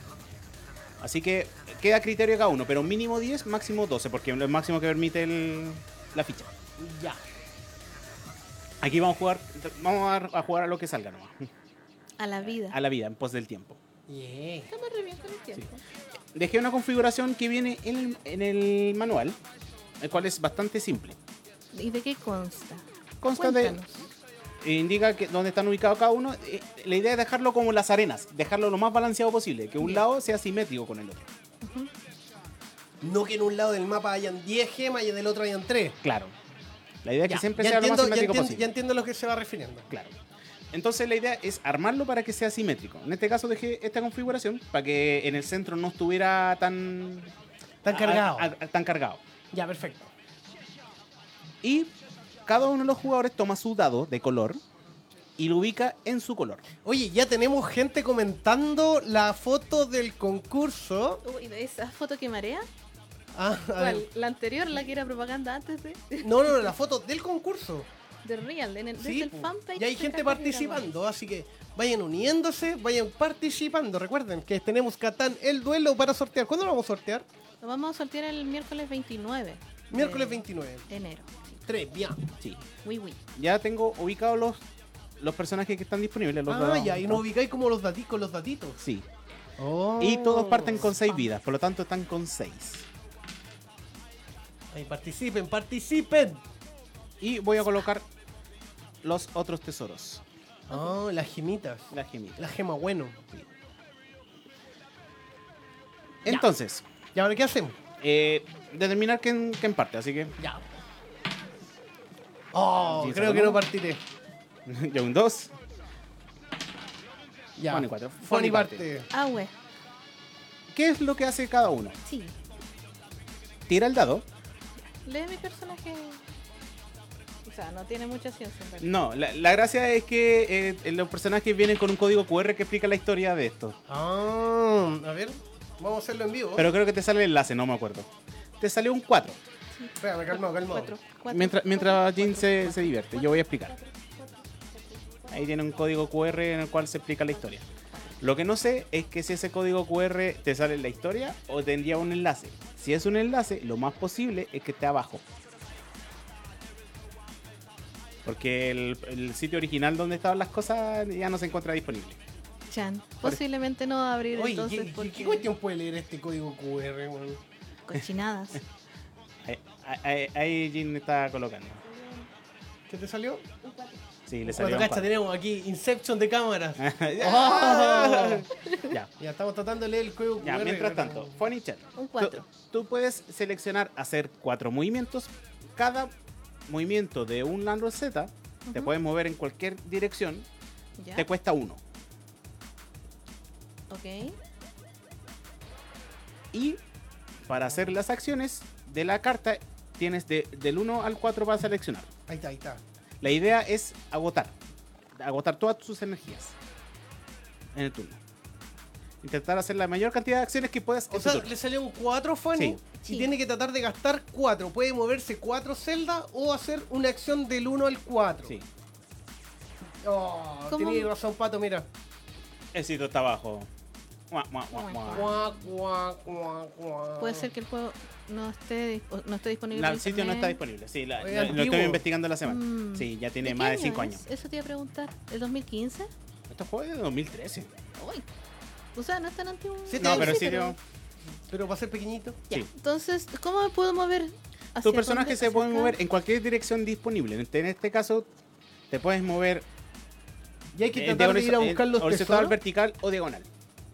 A: Así que queda a criterio de cada uno, pero mínimo 10, máximo 12, porque es lo máximo que permite el- la ficha.
B: Ya.
A: Aquí vamos a jugar, vamos a, a jugar a lo que salga nomás,
C: A la vida.
A: a la vida, en pos del tiempo.
B: Yeah.
C: Estamos re bien con el tiempo.
A: Dejé una configuración que viene en el, en el manual, el cual es bastante simple.
C: ¿Y de qué consta?
A: Consta
C: Cuéntanos.
A: de. E Indica que dónde están ubicados cada uno. Eh, La idea es dejarlo como las arenas, dejarlo lo más balanceado posible, que un
C: Bien.
A: lado sea simétrico con el otro.
B: No que en un lado del mapa hayan 10 gemas y en el otro hayan 3.
A: Claro. La idea es
B: Ya,
A: que siempre
B: ya
A: sea lo
B: entiendo,
A: más
B: ya,
A: simétrico
B: entiendo- ya
A: posible.
B: entiendo lo que se va refiriendo.
A: Claro. Entonces la idea es armarlo para que sea simétrico. En este caso dejé esta configuración para que en el centro no estuviera tan
B: Están
A: a-
B: cargados.
A: a- a- tan cargado.
B: Ya, perfecto.
A: Y cada uno de los jugadores toma su dado de color y lo ubica en su color.
B: Oye, ya tenemos gente comentando la foto del concurso.
C: Uy, ¿de esa foto que marea?
B: Ah, a ver.
C: ¿Cuál? ¿La anterior, la que era propaganda antes de?
B: No, no, no, la foto del concurso.
C: The Real, en el,
B: Sí,
C: desde el
B: po.
C: fanpage.
B: y hay gente
C: de Cartas y Dragones.
B: participando, así que vayan uniéndose, vayan participando. Recuerden que tenemos Catán el duelo para sortear. ¿Cuándo lo vamos a sortear?
C: Lo vamos a sortear el miércoles 29.
B: Miércoles
C: de
B: 29.
C: Enero.
B: 3, bien.
A: Sí.
C: Oui, oui.
A: Ya tengo ubicados los, los personajes que están disponibles. Los
B: Ah,
A: dados.
B: ya, y nos ubicáis como los daticos, los datitos.
A: Sí. Y todos parten con seis vidas, por lo tanto están con seis.
B: Ahí, participen, participen.
A: Y voy a colocar los otros tesoros.
B: Ah, las gemitas.
A: Las gemitas.
B: La gema bueno.
A: Entonces,
B: ¿Y ahora qué hacemos?
A: eh, determinar quién, quién parte, así que
B: Ya. Oh,
A: Sí,
B: creo
A: ¿sabes?
B: que no partiré.
A: yo un 2.
B: Ya.
A: Fonny cuatro.
B: Fonny
A: Fonny
B: parte.
C: Ah, we.
A: ¿Qué es lo que hace cada uno?
C: Sí.
A: Tira el dado.
C: Lee mi personaje. O sea, no tiene mucha ciencia. en verdad.
A: No, la, la gracia es que eh, los personajes vienen con un código QR que explica la historia de esto.
B: Ah, a ver. Vamos a hacerlo en vivo.
A: Pero creo que te sale el enlace, no me acuerdo. Te salió un 4.
B: Espérame, calmado, calmado.
C: Cuatro, cuatro,
A: Mientras,
C: cuatro,
A: mientras Jin
C: cuatro,
A: se,
C: cuatro,
A: se divierte, yo voy a explicar. Ahí tiene un código QR en el cual se explica la historia. Lo que no sé es que si ese código QR te sale en la historia o tendría un enlace. Si es un enlace, lo más posible es que esté abajo. Porque el, el sitio original donde estaban las cosas ya no se encuentra disponible.
C: Chan. Posiblemente no va a abrir
B: Oye,
C: entonces
B: ¿qué- ¿qué,
C: porque-
B: qué cuestión puede leer este código QR, weón?
C: Cochinadas.
A: Ahí, ahí- ahí Jin está colocando.
B: ¿Qué te salió?
A: Sí, le salió.
B: Cuando
A: un
B: Pues cacha,
A: cuatro.
B: tenemos aquí Inception de cámaras. Oh.
A: Ya. Ya.
B: Ya estamos tratando de leer el código
A: Ya,
B: QR.
A: mientras
B: weón.
A: tanto, Funny Chat.
C: Un
A: Tú,
C: 4.
A: tú puedes seleccionar hacer cuatro movimientos. Cada movimiento de un Land Z te
C: Ujú.
A: puedes mover en cualquier dirección.
C: Ya.
A: Te cuesta uno.
C: Ok.
A: Y para hacer las acciones de la carta, tienes de- del 1 al 4 para seleccionar.
B: Ahí está, ahí está.
A: La idea es agotar. Agotar todas tus energías en el turno. Intentar hacer la mayor cantidad de acciones que puedas. en
B: O
A: tu
B: sea,
A: turno.
B: le salió un 4
A: Sí.
B: Fanny y
C: Sí.
B: tiene que tratar de gastar 4. Puede moverse 4 celdas o hacer una acción del 1 al 4.
A: Sí.
B: Oh,
C: ¿Cómo?
B: tenía razón, Pato, mira.
A: El sitio está abajo. Mua, mua, mua, mua.
B: Cuac, cuac, cuac, cuac.
C: Puede ser que el juego no esté, dis- o no esté disponible.
A: La-
C: por
A: el sitio no está
C: internet.
A: disponible. Sí, la-
B: Oye,
A: la- lo
B: antiguo.
A: estoy investigando la semana.
C: Mm.
A: Sí, ya
C: ¿De
A: tiene
C: qué
A: más de
C: año
A: 5
C: es?
A: años.
C: Eso te iba a preguntar. ¿El 2015?
A: Este juego es de 2013.
C: Uy. O sea, no es tan antiguo.
B: Sí,
A: No,
B: sí,
A: pero
B: sí,
A: el sitio.
B: Pero va a ser pequeñito.
C: Ya,
A: sí.
C: Entonces, ¿cómo me puedo mover?
A: Tu
C: ¿Hacia
A: personaje
C: dónde?
A: se
C: ¿Hacia
A: puede
C: acá?
A: mover en cualquier dirección disponible. En este- En este caso, te puedes mover
B: Y hay que
A: eh,
B: tratar de ir a
A: diagonal-
B: buscar los
A: horizontal,
B: tesoros.
A: vertical o diagonal.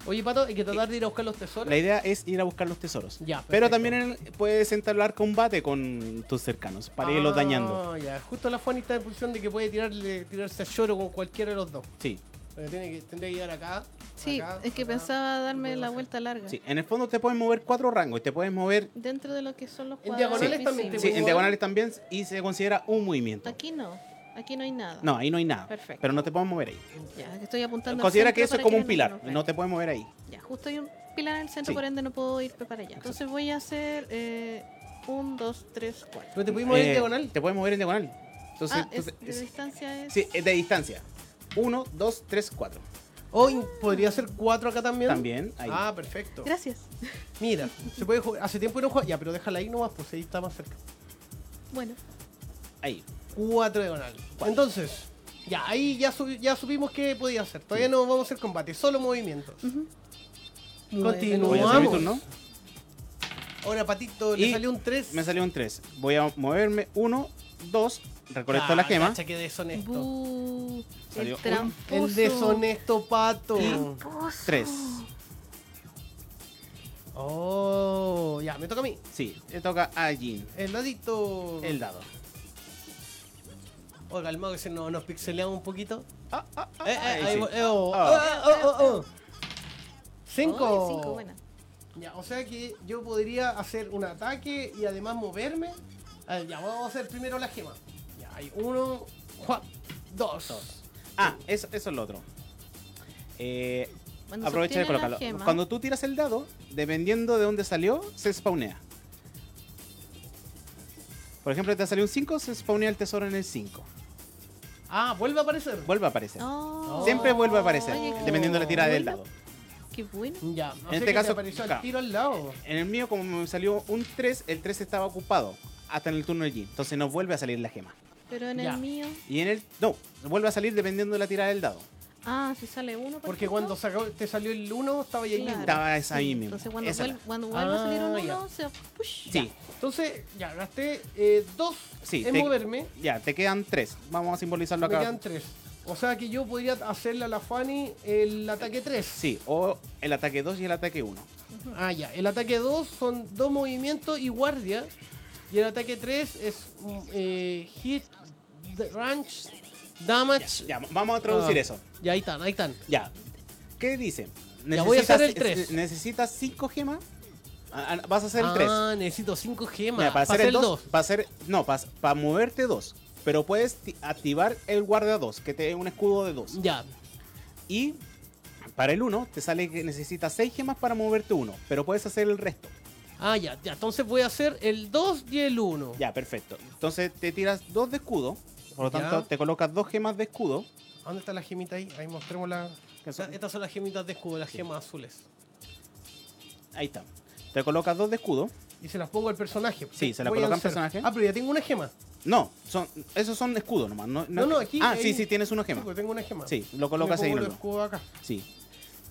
B: Oye, Pato, hay que tratar de ir a buscar los tesoros.
A: La idea es ir a buscar los tesoros.
B: Ya, perfecto.
A: Pero también en- puedes entablar combate con tus cercanos para irlos
B: Ah,
A: dañando.
B: Ya. Justo la Fanny está en posición de que puede tirarle, tirarse a lloro con cualquiera de los dos.
A: Sí,
B: Pero tiene que, tendría que llegar acá.
C: Sí,
B: acá,
C: es que
B: acá.
C: pensaba darme
B: podemos
C: la
B: hacer.
C: vuelta larga.
A: sí. En el fondo te puedes mover cuatro rangos y te puedes mover
C: Dentro de lo que son los
B: En
C: cuadros.
B: diagonales
C: visibles.
B: también te
A: sí, en
B: mover.
A: diagonales también y se considera un movimiento.
C: Aquí no. Aquí no hay nada.
A: No, ahí no hay nada.
C: Perfecto.
A: Pero no te puedes mover ahí.
C: Ya, estoy apuntando. al
A: Considera que
C: centro
A: eso es
C: para
A: como un
C: no
A: pilar,
C: me
A: no te
C: rompa.
A: puedes mover ahí.
C: Ya, justo hay un pilar en el centro,
A: Sí.
C: por ende no puedo ir para allá. Entonces voy a hacer eh, un, dos, tres, cuatro.
B: Pero te pudimos ir en
A: Eh,
B: diagonal.
A: Te puedes mover en diagonal. Entonces,
C: ah, es,
A: entonces,
C: de distancia es.
A: es- sí, es de distancia. 1, 2, 3, 4.
B: O in- podría ser 4 acá también.
A: También ahí.
B: Ah, perfecto.
C: Gracias.
B: Mira, se puede jugar. Hace tiempo que no juega. Ya, pero déjala ahí nomás, pues ahí está más cerca.
C: Bueno,
A: ahí.
B: 4 diagonal. Entonces, ya, ahí ya, subi- ya supimos que podía hacer. Todavía no vamos a hacer combate, solo movimientos.
A: Voy a
B: Continuamos.
A: hacer mi turno.
B: Ahora, Patito, le
A: Y
B: salió un 3.
A: Me salió un 3. Voy a moverme 1, 2, recolecto
B: Ah,
A: la gema.
B: Cacha, qué deshonesto.
C: Bu,
A: Salió
C: el
A: un-
C: tramposo.
B: El deshonesto pato.
A: 3.
B: Oh, ya, me toca a mí.
A: Sí, le toca a Jin.
B: El dadito.
A: El dado.
B: Oh, calmado que se nos, nos pixeleamos un poquito.
A: Ah, ah, ah,
B: Eh, eh,
A: ahí
B: ahí
A: sí.
B: vo- eh, oh,
A: Ah.
B: oh, oh, oh, oh. Cinco.
C: Oh, cinco, buena.
B: Ya, o sea que yo podría hacer un ataque y además moverme. A ver, ya, vamos a hacer primero la gema. Ya, hay uno, ¡juap! dos.
A: Ah, eso, eso es lo otro. Eh,
C: Cuando
A: aprovecha de
C: sostiene la
A: colocarlo.
C: gema,
A: Cuando tú tiras el dado, dependiendo de dónde salió, se spawnea. Por ejemplo, te salió un 5, se spawnea el tesoro en el 5.
B: Ah, vuelve a aparecer.
A: Vuelve a aparecer.
C: Oh.
A: Siempre vuelve a aparecer,
C: Oye, qué
A: dependiendo de la tirada del
C: bueno.
A: dado.
C: Qué bueno.
B: Ya, no
A: En
B: sé
A: este
B: que
A: caso,
B: te apareció
A: claro.
B: el tiro al lado.
A: En el mío, como me salió un 3, el 3 estaba ocupado hasta en el turno de Jin. Entonces no vuelve a salir la gema.
C: Pero en
B: Ya.
C: el mío.
A: Y en el. No, vuelve a salir dependiendo de la tirada del dado.
C: Ah, si sale uno.
B: Porque cuando sacó- te salió el 1, estaba ahí.
C: Claro.
B: mismo.
A: Estaba esa ahí mismo.
C: Entonces cuando,
A: Esa
C: vuel-
A: era.
C: cuando vuelva a salir
B: Ah,
C: un
B: ya.
C: uno, se. push.
A: Sí,
B: Entonces, ya, gasté eh, dos
A: Sí,
B: en
A: te-
B: moverme.
A: ya, te quedan 3. Vamos a simbolizarlo
B: Me
A: acá.
B: quedan tres. O sea que yo podría hacerle a la Fanny el ataque 3.
A: Sí, o el ataque 2 y el ataque 1.
B: Ah, ya. El ataque 2 son dos movimientos y guardia. Y el ataque 3 es mm, eh, hit, d- range, damage.
A: Ya, vamos a traducir
B: Ah,
A: eso.
B: Ya, ahí están, ahí están.
A: Ya. ¿Qué dice?
B: Ya voy a hacer el tres.
A: es- Necesitas 5 gemas. Ah, ah, Vas a hacer el 3.
B: Ah, necesito 5 gemas.
A: para hacer el 2,
B: 2.
A: para hacer no, para, moverte 2, pero puedes ti- activar el guardia 2, que te es un escudo de 2.
B: Ya.
A: Y para el 1 te sale que necesitas 6 gemas para moverte 1, pero puedes hacer el resto.
B: Ah, ya, ya. Entonces voy a hacer el 2 y el 1.
A: Ya, perfecto. Entonces te tiras 2 de escudo, por lo
B: Ya.
A: tanto te colocas 2 gemas de escudo.
B: ¿Dónde está la gemita ahí? Ahí mostremos la...
A: que son-
B: Estas son las gemitas de escudo, las gemas azules.
A: Ahí está. Te colocas 2 de escudo.
B: Y se las pongo al personaje.
A: Sí, se la
B: Voy a
A: coloca al
B: hacer-
A: personaje.
B: Ah, pero ya tengo una gema.
A: No, son esos son escudos nomás, no,
B: No, no, aquí
A: Ah,
B: hay-
A: sí, sí tienes una
B: Sí,
A: gema.
B: pues, tengo una gema.
A: Sí, lo colocas
B: Me
A: ahí
B: pongo
A: en
B: el
A: el 1.
B: escudo acá.
A: Sí.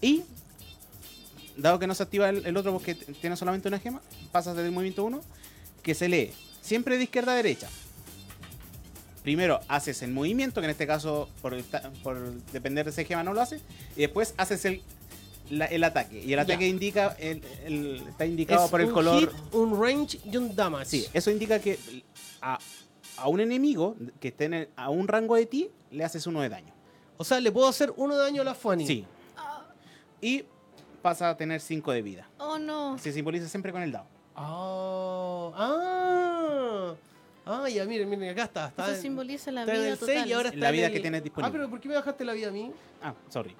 A: Y dado que no se activa el, el otro porque t- tiene solamente una gema, pasas del movimiento 1, que se lee siempre de izquierda a derecha. Primero haces el movimiento, que en este caso por, el ta- por depender de ese gema no lo hace, y después haces el, la- el ataque. Y el
B: Ya.
A: ataque indica el- el- está indicado
B: Es
A: por el
B: un
A: color.
B: hit, un range y un damage.
A: Sí, eso indica que a, a un enemigo que esté en el- a un rango de ti le haces uno de daño.
B: O sea, le puedo hacer uno de daño a la Fanny.
A: Sí. Y pasa a tener 5 de vida.
C: Oh no.
A: Se simboliza siempre con el dado.
B: Ah, ah. Ah, ya, miren, miren, acá está. está
C: Eso
B: en-
C: simboliza la
B: está en
C: vida
B: el 6
C: total.
B: y ahora está
A: La
B: en
A: vida
B: el-
A: que tienes
B: Ah,
A: disponible.
B: pero ¿por qué me bajaste la vida a mí?
A: Ah, sorry.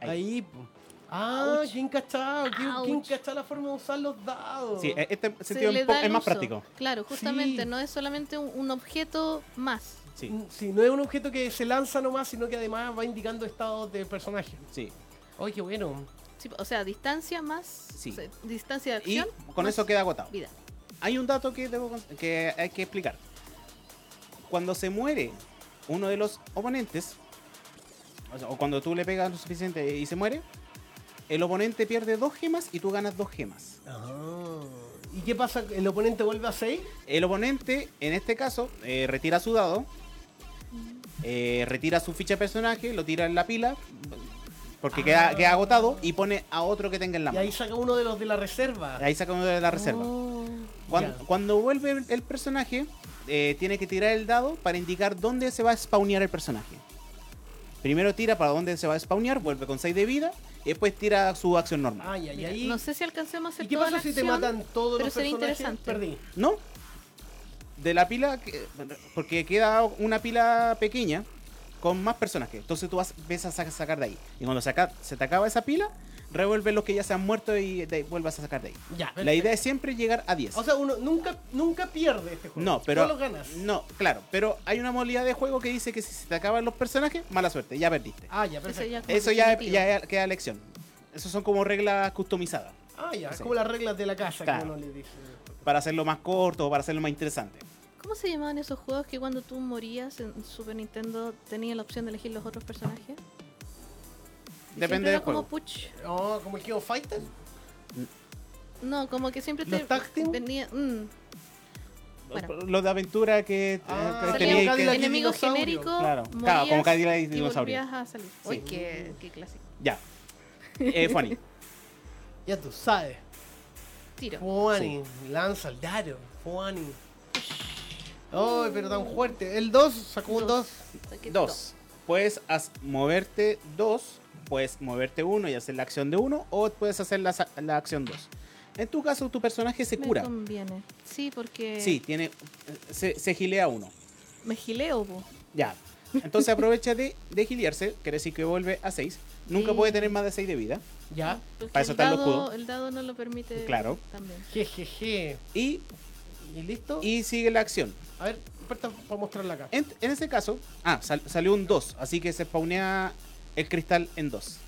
B: Ahí.
A: Ahí.
B: po. Ah,
C: Ouch.
B: ¿quién cachado? ¿Quién,
C: Ouch.
B: quién cachado la forma de usar los dados?
A: Sí, e- este
C: Oh. Se
A: sentido
C: le
A: es un po-
C: da el
A: es más
C: uso.
A: práctico.
C: Claro, justamente,
B: Sí.
C: no es solamente un, un objeto más.
A: Sí,
B: Mm, sí, no es un objeto que se lanza nomás, sino que además va indicando estados de personaje.
A: sí.
B: Oye, qué bueno.
C: Sí, o sea, distancia más.
A: Sí.
C: o sea, distancia de
A: Y
C: acción.
A: con
C: más
A: eso queda agotado.
C: Vida.
A: Hay un dato que, debo cons- que hay que explicar. Cuando se muere uno de los oponentes, o, sea, o cuando tú le pegas lo suficiente y se muere, el oponente pierde dos gemas y tú ganas dos gemas.
B: ¿Y qué pasa? ¿El oponente vuelve a 6?
A: El oponente, en este caso, eh, retira su dado, eh, retira su ficha de personaje, lo tira en la pila, porque queda, queda agotado, y pone a otro que tenga en la
B: Ah. Y
A: mano.
B: ahí saca uno de los de la reserva.
A: Ahí saca uno de la reserva.
C: Oh.
A: Cuan-
B: ya.
A: Cuando, vuelve el- el personaje, eh, tiene que tirar el dado para indicar dónde se va a spawnear el personaje. Primero tira para dónde se va a spawnear, vuelve con 6 de vida, y después tira su acción normal.
B: Ah, ya, y
C: Mira,
B: ahí.
C: No sé si alcancemos a hacer
B: ¿Y qué
C: toda
B: pasa
C: la
B: si te
C: acción,
B: matan todos
C: pero
B: los
C: sería
B: personajes?
C: interesante.
B: Perdí.
A: ¿No? De la pila, que- porque queda una pila pequeña con más personajes. Entonces tú vas, ves a sa- sacar de ahí. Y cuando se, aca- se te acaba esa pila, revuelves los que ya se han muerto y de- vuelvas a sacar de ahí.
B: Ya.
A: La idea es siempre llegar a 10.
B: O sea, uno nunca, nunca pierde este juego.
A: No, pero.
B: Solo ganas.
A: No, claro. Pero hay una modalidad de juego que dice que si se te acaban los personajes, mala suerte, ya perdiste.
B: Ah, ya,
C: Eso
B: perfecto.
C: ya, como
A: Eso ya,
C: definitivo.
A: ya queda lección. Esas son como reglas customizadas.
B: Ah, ya, es
A: Sí.
B: como las reglas de la casa
A: Claro.
B: que uno le dice.
A: Para hacerlo más corto o para hacerlo más interesante.
C: ¿Cómo se llamaban esos juegos que cuando tú morías en Super Nintendo tenías la opción de elegir los otros personajes? Y siempre
A: Depende
C: era
A: del juego.
C: Como puch.
B: No, Oh, como el King of Fighters.
C: No, como que siempre
B: ¿Los
C: te
B: tag team?
C: venía. mm, bueno.
A: Lo de aventura que,
B: Ah,
A: que
B: salía
C: Salía
A: tenía
B: un
A: que-
B: Cadillac.
C: enemigo
B: dinosaurio.
C: genérico,
A: Claro,
C: morías
A: claro, como Cadillac y
C: y
A: dinosaurio.
C: volvías a salir. Uy, qué, qué clásico.
A: Ya. Eh, Fanny.
B: Ya tú sabes.
C: Tiro.
B: Fuani, lanza el dado. Fuani. Ay, pero tan fuerte. El 2 sacó un 2.
C: Saqué
A: Dos. Puedes haz- moverte dos, puedes moverte uno y hacer la acción de uno, o puedes hacer la, sa- la acción dos. En tu caso, tu personaje se
C: Me
A: cura.
C: conviene. Sí, porque
A: Sí, tiene, eh, se, se gilea uno.
C: me gileo, po.
A: Ya. Entonces aprovecha de, de gilearse, quiere decir que vuelve a 6. Nunca
C: Sí.
A: puede tener más de 6 de vida.
B: Ya.
C: Porque
A: Ah, Para eso
C: el
A: están los
C: dado-
A: escudos.
C: El dado no lo permite.
A: Claro.
C: También.
B: Jejeje.
A: Y
B: ¿Y listo?
A: y sigue la acción.
B: A ver, aparta para mostrarla acá.
A: En, en ese caso, ah, sal- salió un 2, así que se spawnea el cristal en 2.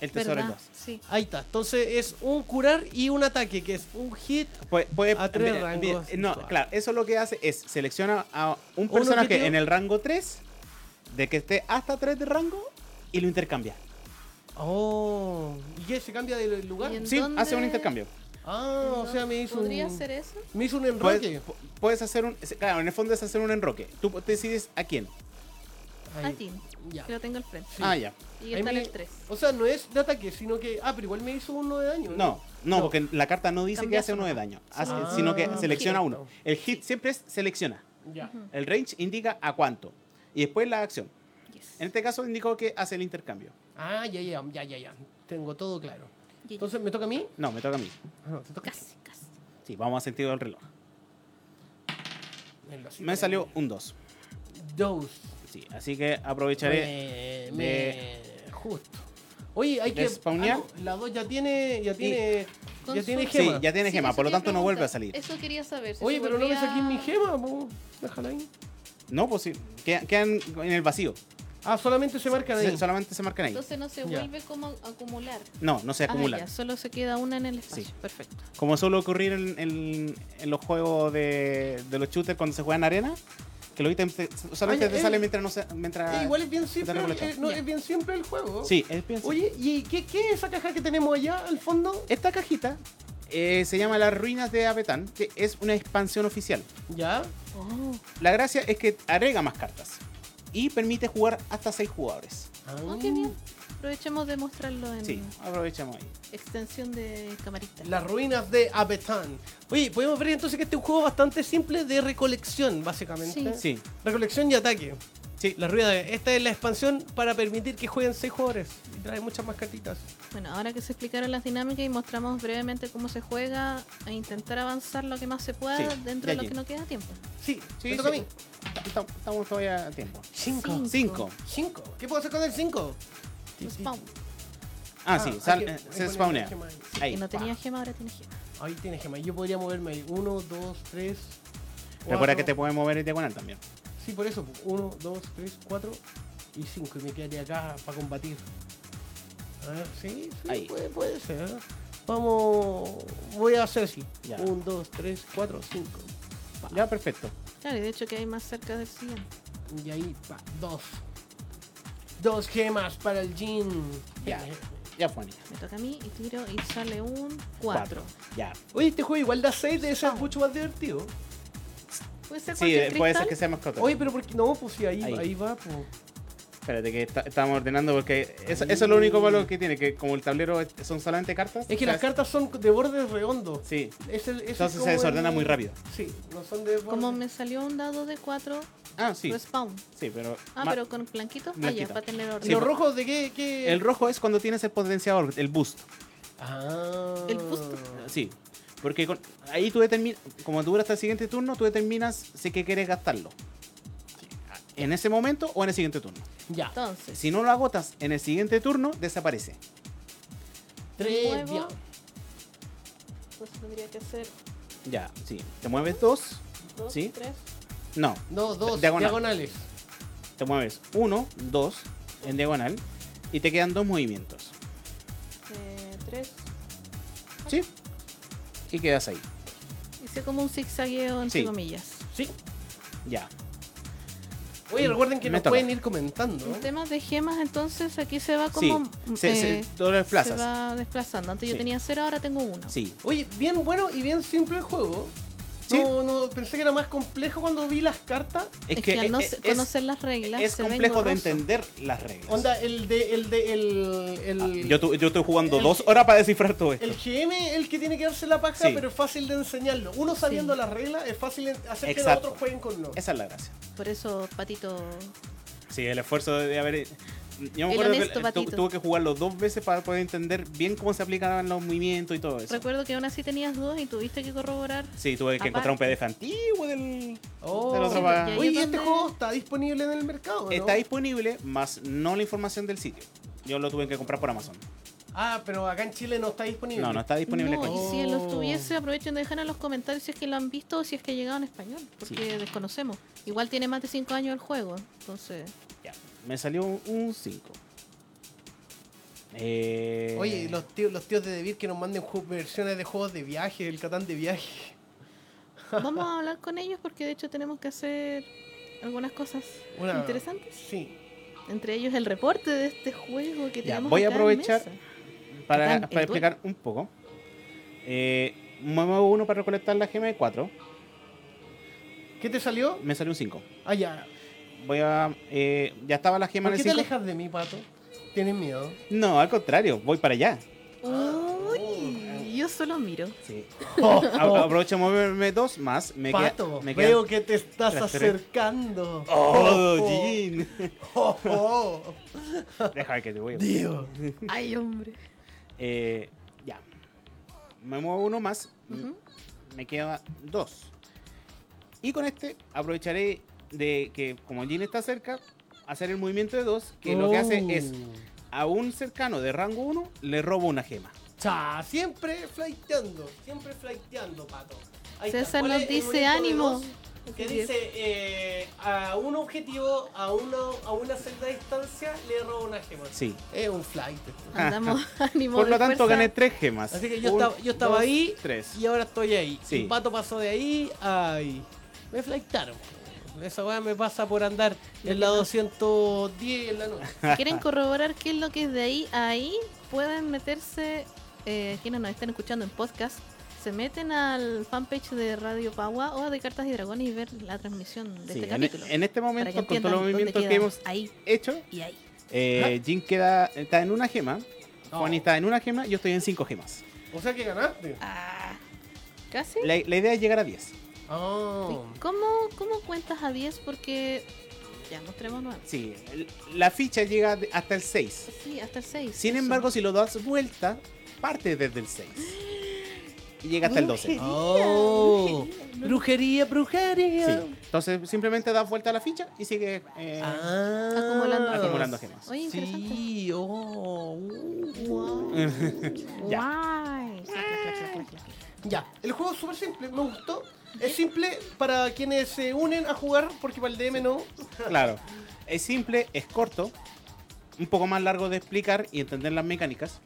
A: El tesoro en
C: ¿Verdad?
A: 2.
C: Sí.
B: Ahí está. Entonces es un curar y un ataque, que es un hit.
A: Puede, puede-
B: A tres
A: mira,
B: rangos
A: mira, No,
B: actuales.
A: claro, eso lo que hace es selecciona a un personaje
B: objetivo.
A: en el rango 3, de que esté hasta 3 de rango, y lo intercambia.
B: Oh. ¿Y qué? ¿Se cambia de lugar?
C: Y en-
A: Sí, hace un
C: ¿Dónde?
A: intercambio.
B: Ah, o sea, me hizo
C: ¿Podría
B: un...
C: ser Pues, eso?
B: Me hizo un
A: Puedes,
B: enroque.
A: pu- puedes hacer un. Claro, en el fondo es hacer un enroque. Tú decides a quién.
B: Ahí.
C: A ti.
B: Ya.
C: Que Ah, lo tengo al frente.
B: Sí.
A: Ah, ya.
C: Y
B: Ahí
C: está en
B: me-
C: el 3.
B: O sea, no es de ataque, sino que... Ah, pero igual me hizo uno de daño. ¿eh?
A: No, no,
B: No.
A: porque la carta no dice que
C: Cambias
A: hace uno de
C: uno.
A: daño, hace-
B: Ah,
A: sino que selecciona
B: cierto.
A: uno. El hit siempre es selecciona.
B: Ya.
A: El range indica a cuánto. Y después la acción.
C: Yes.
A: En este caso indicó que hace el intercambio.
B: Ah, ya, ya, ya, ya, ya. Tengo todo claro.
C: Y-
B: Entonces, ¿me toca a mí?
A: No, me toca a mí.
B: Ah, no, te toca.
C: Casi, casi.
A: Sí, vamos a sentido del reloj.
B: En la cita.
A: Me salió un 2.
B: Dos.
A: Sí, así que aprovecharé.
B: Me- me- Justo. Oye, hay que...
A: de spawnear.
B: ah, no, la dos ya tiene... Ya tiene...
C: Con
B: Ya
C: su-
B: tiene
C: Sí,
B: gema.
A: Sí, ya tiene
C: Sí,
A: gema,
C: eso
A: por lo
C: quería
A: tanto no vuelve a salir.
C: preguntar. Eso quería saber. si
B: Oye,
C: se
B: pero no me
C: volvía-
B: saqué mi gema, po. Déjala ahí.
A: No, pues sí, quedan, quedan en el vacío.
B: Ah, solamente se marcan ahí.
A: Se- solamente se marcan ahí.
C: Entonces no se
B: Ya.
C: vuelve como a acumular.
A: No, no se
C: Ah,
A: acumulan.
C: ya, solo se queda una en el espacio.
A: Sí.
C: Perfecto.
A: Como suele ocurrir en, en- en los juegos de, de los shooters cuando se juegan arena, que los ítems te- solamente
B: Oye,
A: te
B: eh,
A: salen mientras no se. Mientras,
B: Eh, igual es bien simple,
A: mientras no colectas.
B: eh, no,
C: Ya.
B: es bien simple el juego.
A: Sí, es bien simple.
B: Oye, ¿y qué, qué es esa caja que tenemos allá al fondo?
A: Esta cajita eh, se llama Las Ruinas de Apetán, que es una expansión oficial.
B: Ya.
C: Oh,
A: La gracia es que agrega más cartas y permite jugar hasta 6 jugadores.
C: Oh, qué bien. Aprovechemos de mostrarlo en
A: Sí, aprovechamos ahí.
C: extensión de camarita.
B: Las ruinas de Apetán. Oye, podemos ver entonces que este es un juego bastante simple de recolección, básicamente.
A: Sí,
B: Recolección y ataque.
A: sí.
B: Las ruinas de... Esta es la expansión para permitir que jueguen 6 jugadores. Y trae muchas más cartitas.
C: Bueno, ahora que se explicaron las dinámicas y mostramos brevemente cómo se juega, e intentar avanzar lo que más se pueda
A: Sí,
C: dentro
A: de
C: de lo
A: allí.
C: que no queda tiempo.
B: Sí,
A: sí,
B: me toca
A: sí.
B: a mí.
A: Estamos- Estamos todavía a tiempo.
B: 5.
A: Cinco.
B: 5. ¿Qué puedo hacer con el 5?
C: Los spawn.
A: Ah, sí, sal- eh, se spawnea.
C: Que
A: Ahí.
C: no tenía
B: pa.
C: gema, ahora tiene gema.
B: Ahí tiene gema. Yo podría moverme ahí. 1, 2, 3.
A: Recuerda que te pueden mover en diagonal también.
B: Sí, por eso. 1, 2, 3, 4 y 5. Y me quedaría acá para combatir. A ver, sí, sí,
A: Ahí.
B: Puede, puede ser. ¿eh? Vamos. Voy a hacer así.
A: Ya.
B: 1, 2, 3, 4, 5.
A: Ya, perfecto.
C: Claro, y de hecho que hay más cerca del siguiente.
B: Y ahí, pa. 2. Dos gemas para el Jin.
A: Ya, ya fue. niña.
C: Me toca a mí y tiro y sale un 4.
A: Cuatro. Ya.
B: Oye, este juego igual da 6 debe ser mucho más divertido.
C: Puede ser
A: Sí, eh,
C: cualquier
A: puede ser
C: cristal?
A: que sea más cautela.
B: Oye, pero porque. No, pues sí, ahí,
A: Ahí.
B: ahí va, pues.
A: Espérate, que está- estábamos ordenando porque eso, eso es lo único malo que tiene, que como el tablero es- son solamente cartas.
B: Es que las
A: ¿sabes?
B: cartas son de bordes redondos.
A: Sí.
B: Es el- es el
A: Entonces
B: como
A: se desordena
B: el-
A: muy rápido.
B: Sí, no son de bordes.
C: Como me salió un dado de 4,
A: Ah, sí.
C: respawn.
A: Sí, pero.
C: Pues, Ah,
A: ma-
C: pero con blanquito. Ah, ya,
A: Blanquito.
C: para tener orden.
A: Sí,
B: ¿Los
A: po-
B: rojos de qué? qué?
A: El rojo es cuando tienes el potenciador, el boost.
B: Ah.
C: El fusto.
A: Sí. Porque con- ahí tú determinas, como dura hasta el siguiente turno, tú determinas si que quieres gastarlo. En ese momento o en el siguiente turno.
B: Ya.
C: Entonces,
A: Si no lo agotas en el siguiente turno, desaparece.
B: Tres.
C: Nuevo.
B: Ya.
C: entonces pues tendría que hacer
A: Ya, sí. Te mueves dos.
C: 2,
A: Sí.
C: 3.
A: No,
B: No, dos.
A: Diagonal.
B: Diagonales.
A: te mueves uno, dos, en diagonal, y te quedan dos movimientos.
C: 3.
A: ¿Sí? Y quedas ahí.
C: Hice como un zigzagueo, entre
A: Sí.
C: comillas.
B: Sí.
A: Ya. Mm,
B: Oye, recuerden que
A: Me
B: nos
A: toca.
B: pueden ir comentando.
C: En temas de gemas, entonces aquí se va
A: Sí.
C: como.
A: Se, se-
C: eh,
A: tú lo desplazas.
C: se va desplazando. Antes yo
A: Sí.
C: tenía 0, ahora tengo 1.
A: Sí.
B: Oye, bien bueno y bien simple el juego.
A: Sí.
B: No, no, pensé que era más complejo cuando vi las cartas.
C: Es, que, al no se- conocer las reglas.
A: e, es
C: se ve
A: complejo de
C: engorroso.
A: entender las reglas.
B: Onda, el de, el de, el, el-
A: Ah, yo, tu- yo estoy jugando
B: el-
A: dos horas para descifrar todo esto.
B: El GM es el que tiene que darse la paja,
A: Sí.
B: pero es fácil de enseñarlo. Uno sabiendo
C: Sí.
B: las reglas, es fácil en- hacer que los
A: Exacto.
B: otros jueguen con no.
A: Esa es la gracia.
C: Por eso, patito.
A: Sí, el esfuerzo de haber... Yo me
C: El
A: acuerdo
C: honesto
A: que tu-
C: patito.
A: tuve que jugarlo dos veces para poder entender bien cómo se aplicaban los movimientos y todo eso.
C: Recuerdo que aún así tenías dos y tuviste que corroborar.
A: Sí, tuve que encontrar un PDF antiguo del...
B: Oh.
A: del otro para-
C: Y ahí
B: Oye,
C: es
B: ¿y este
C: donde-
B: juego está disponible en el mercado. ¿no?
A: Está disponible, más no la información del sitio. Yo lo tuve que comprar por Amazon.
B: Ah, pero acá en Chile no está disponible.
A: No, no está disponible
C: no,
A: acá. Oh.
C: y si lo estuviese, aprovechen de dejar en los comentarios si es que lo han visto o si es que ha llegado en español, porque desconocemos. Igual tiene más de 5 años el juego, entonces...
A: Ya, Me salió un 5. Eh,
B: Oye, y los tíos, los tíos de Devir que nos manden ju- versiones de juegos de viaje, el Catán de viaje.
C: Vamos a hablar con ellos porque de hecho tenemos que hacer algunas cosas
B: Una-
C: interesantes.
B: Sí.
C: Entre ellos el reporte de este juego que
A: Ya,
C: tenemos.
A: voy a
C: acá en
A: aprovechar
C: mesa.
A: para,
C: Catán, el
A: para explicar un poco. Eh, me muevo uno para recolectar la gema de 4.
B: ¿Qué te salió?
A: Me salió un 5.
B: Ah, ya.
A: Voy a. eh, ya estaba la gema
B: ¿Por
A: en
B: qué
A: el
B: te
A: 5.
B: alejas de mí, pato? ¿Tienes miedo?
A: No, al contrario, voy para allá.
C: Uy, yo solo miro.
A: Sí.
B: Oh,
A: A- Aprovecho a moverme dos más. Me queda-
B: pato,
A: me queda-
B: veo que te estás
A: Tras tres.
B: acercando.
A: Oh, Jin.
B: oh, oh.
A: Deja que te voy.
B: Dios.
C: Ay, hombre.
A: Eh, ya. Me muevo uno más. Mm,
C: Ujú.
A: Me queda dos. Y con este aprovecharé de que, como Jin está cerca, hacer el movimiento de dos, que lo que hace
B: Oh.
A: es a un cercano de rango 1 le robo una gema.
B: Cha, siempre flighteando, siempre flighteando, pato.
G: Ahí está.
C: César
G: ¿Cuál
C: nos
G: es el
C: dice
G: bonito de
C: ánimo.
G: dos? Que dice eh, a un objetivo, a, uno, a una cierta distancia, le roba una gema.
A: Sí.
B: Es un flight. este. esto.
C: Andamos ánimo.
A: Ah, Por
C: de
A: lo tanto,
C: fuerza.
A: gané tres gemas.
B: Así que yo
A: Un,
B: estaba, yo estaba
A: dos,
B: ahí
A: Tres.
B: y ahora estoy ahí.
A: Sí.
B: Y pato pasó de ahí a ahí. Me flightaron. Esa weá me pasa por andar en la 210 en la noche.
C: Si quieren corroborar qué es lo que es de ahí a ahí, pueden meterse, eh, quienes nos están escuchando en podcast, se meten al fanpage de Radio Paua o de Cartas y Dragones y ver la transmisión de
A: Sí,
C: este
A: en,
C: capítulo.
A: en este
C: para
A: momento,
C: que
A: con todos los
C: entiendan dónde
A: movimientos
C: queda
A: que hemos
C: ahí
A: hecho,
C: y ahí.
A: eh, Jin queda, está en una gema.
B: Oh.
A: Juan está en una gema. Yo estoy en cinco gemas.
B: O sea que ganaste.
C: Ah, ¿Casi?
A: La, la idea es llegar a 10.
B: Oh.
C: ¿Cómo, ¿Cómo cuentas a 10? Porque ya mostremos nueve.
A: Sí, el- la ficha llega de- hasta el 6.
C: Sí, hasta el 6.
A: Sin embargo, si lo das vuelta, parte desde el 6. Y llega hasta el 12.
B: Oh. Brujería, brujería.
A: Sí. Entonces, simplemente das vuelta a la ficha y sigue eh,
B: Ah.
C: Acumulando gemas.
A: acumulando gemas.
C: Oye, interesante.
B: Sí, oh.
C: Wow.
A: Ya.
C: Guay. Clac, clac, clac, clac, clac.
B: Ya, el juego es súper simple, me gustó. Es simple para quienes se unen a jugar, porque para el DM no.
A: Claro. Es simple, es corto, un poco más largo de explicar y entender las mecánicas.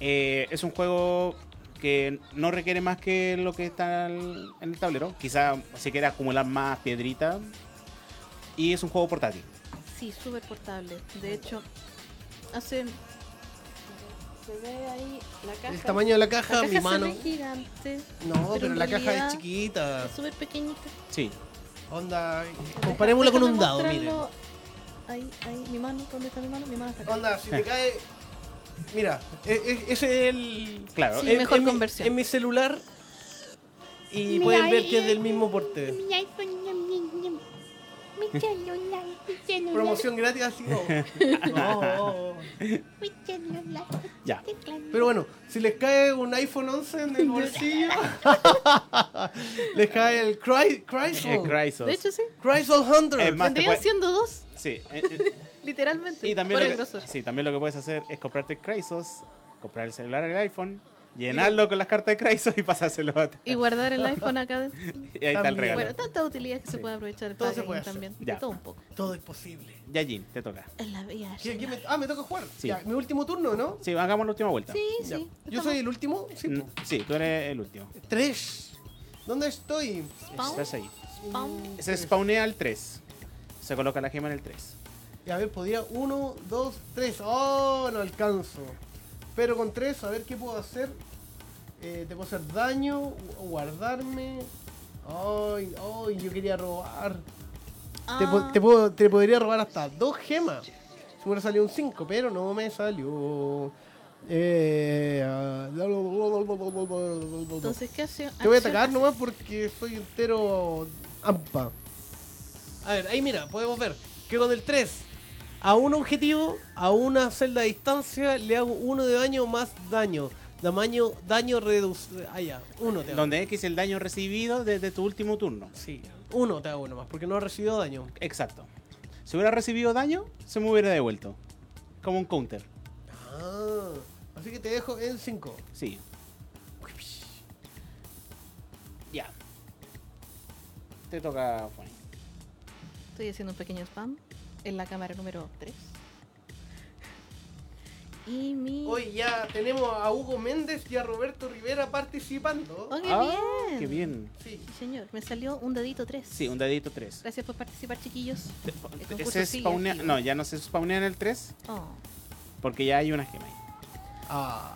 A: Eh, es un juego que no requiere más que lo que está al- en el tablero. Quizá se quiera acumular más piedrita. Y es un juego portátil.
C: Sí, súper portable. De hecho, hace. Se ve ahí la caja.
B: El tamaño de la caja,
C: la caja
B: mi mano.
C: Se ve gigante.
B: No, pero,
C: pero en
B: la caja
C: realidad-
B: es chiquita.
A: Ah.
C: Es súper pequeñita.
A: Sí.
B: Onda, comparémosla con un dado,
C: Déjame
B: miren.
C: mostrarlo. Ahí, ahí, mi mano. ¿Dónde está mi mano? Mi mano está acá.
B: Onda, si te cae. Mira, e- e- ese es el.
A: Claro.
C: Sí,
A: eh,
B: en-
C: mejor
B: en mi-
C: conversión.
B: En mi celular. Y pueden ver que es del mismo porte. Promoción gratis, así. oh. No, oh, oh.
A: ya.
B: Pero bueno, si les cae un iPhone 11 en el bolsillo, les cae el Cry-
A: Eh,
B: Chrysler.
A: Crysos.
C: De hecho, sí.
B: Chrysler
A: Es
B: 100.
A: más, te
C: Vendrían
A: puede-
C: siendo dos,
A: sí, eh, eh,
C: literalmente.
A: y también
C: por
A: lo
C: el
A: que,
C: grosor.
A: sí, también lo que puedes hacer es comprarte Crysos, comprar el celular el iPhone, llenarlo con las cartas de Crysos y pasárselo a
C: Y guardar el iPhone acá. dentro.
A: Y ahí está el
B: También.
A: regalo.
C: Bueno, tanta utilidad que se
A: Sí.
C: puede aprovechar el
B: Todo se
C: packaging
B: puede hacer.
C: también.
A: Ya.
C: De todo un poco.
B: Todo es posible.
A: Ya, Jin, te toca.
C: En la vida.
B: ¿Qué- qué
C: real.
B: me- ah, me toca jugar.
A: Sí.
B: Ya, mi último turno, ¿no?
A: Sí, hagamos la última vuelta.
C: Sí,
B: Ya.
C: sí.
B: Yo soy el último. Sí. pues,
A: Mm, Sí, tú eres el último.
B: Tres. ¿Dónde estoy?
C: Pau.
A: Estás ahí.
C: Pam.
A: Se spawnea el 3. Se coloca la gema en el 3.
B: Y a ver, podría. Uno, dos, tres. Oh, no alcanzo. Pero con tres, a ver qué puedo hacer. Eh, te puedo hacer daño, gu- guardarme. Ay, ay, yo quería robar. Te, po-
C: Ah.
B: te puedo- te podría robar hasta dos gemas. Si me hubiera salido un 5, pero no me salió. Eh, ah,
C: Entonces, ¿qué hace?
B: te voy a atacar nomás porque soy entero ampa. A ver, ahí mira, podemos ver que con el 3 a un objetivo, a una celda de distancia, le hago uno de daño más daño. Tamaño, daño reducido. Ah, ya, uno te hago.
A: Donde X el daño recibido desde tu último turno.
B: Sí, uno te hago nomás, porque no ha recibido daño.
A: Exacto. Si hubiera recibido daño, se me hubiera devuelto. Como un counter.
B: Ah, Así que te dejo en 5.
A: Sí. Ya. Te toca, Juan.
C: Estoy haciendo un pequeño spam en la cámara número 3. Y mi.
G: Hoy ya tenemos a Hugo Méndez y a Roberto Rivera participando.
C: ¡Oh, qué
A: Ah,
C: bien!
A: ¡Qué bien!
G: Sí.
C: Sí, señor. Me salió un dedito 3.
A: Sí, un dadito 3.
C: Gracias por participar, chiquillos. El concurso
A: Ese
C: sigue
A: spawnea-
C: activo.
A: No, ya no se spawnea en el 3
C: Oh,
A: porque ya hay una gema ahí.
B: Ah.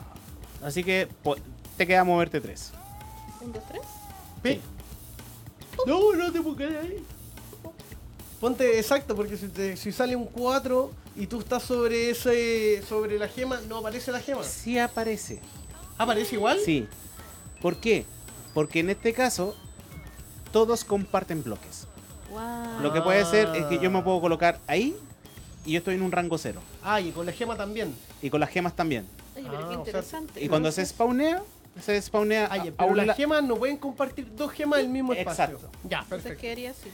A: Así que po- te queda moverte 3.
C: ¿Un, dos, tres?
B: No, no te pongas ahí. Ponte exacto, porque si, te- si sale un 4 y tú estás sobre ese sobre la gema, no aparece la gema.
A: Sí aparece.
B: ¿Aparece igual?
A: Sí. ¿Por qué? Porque en este caso todos comparten bloques.
C: ¡Wow!
A: Lo que puede ser es que yo me puedo colocar ahí y yo estoy en un rango cero.
B: Ah, y con la gema también.
A: Y con las gemas también.
C: Oye,
B: Ah, o
C: pero qué
B: sea,
C: interesante.
A: Y cuando se spawnea, se spawnea a,
B: Ah, ya,
A: a
B: pero
A: un
B: las
A: la-
B: gemas no pueden compartir dos gemas del mismo espacio.
A: Exacto.
B: Ya,
C: Entonces
B: perfecto.
C: quedaría así.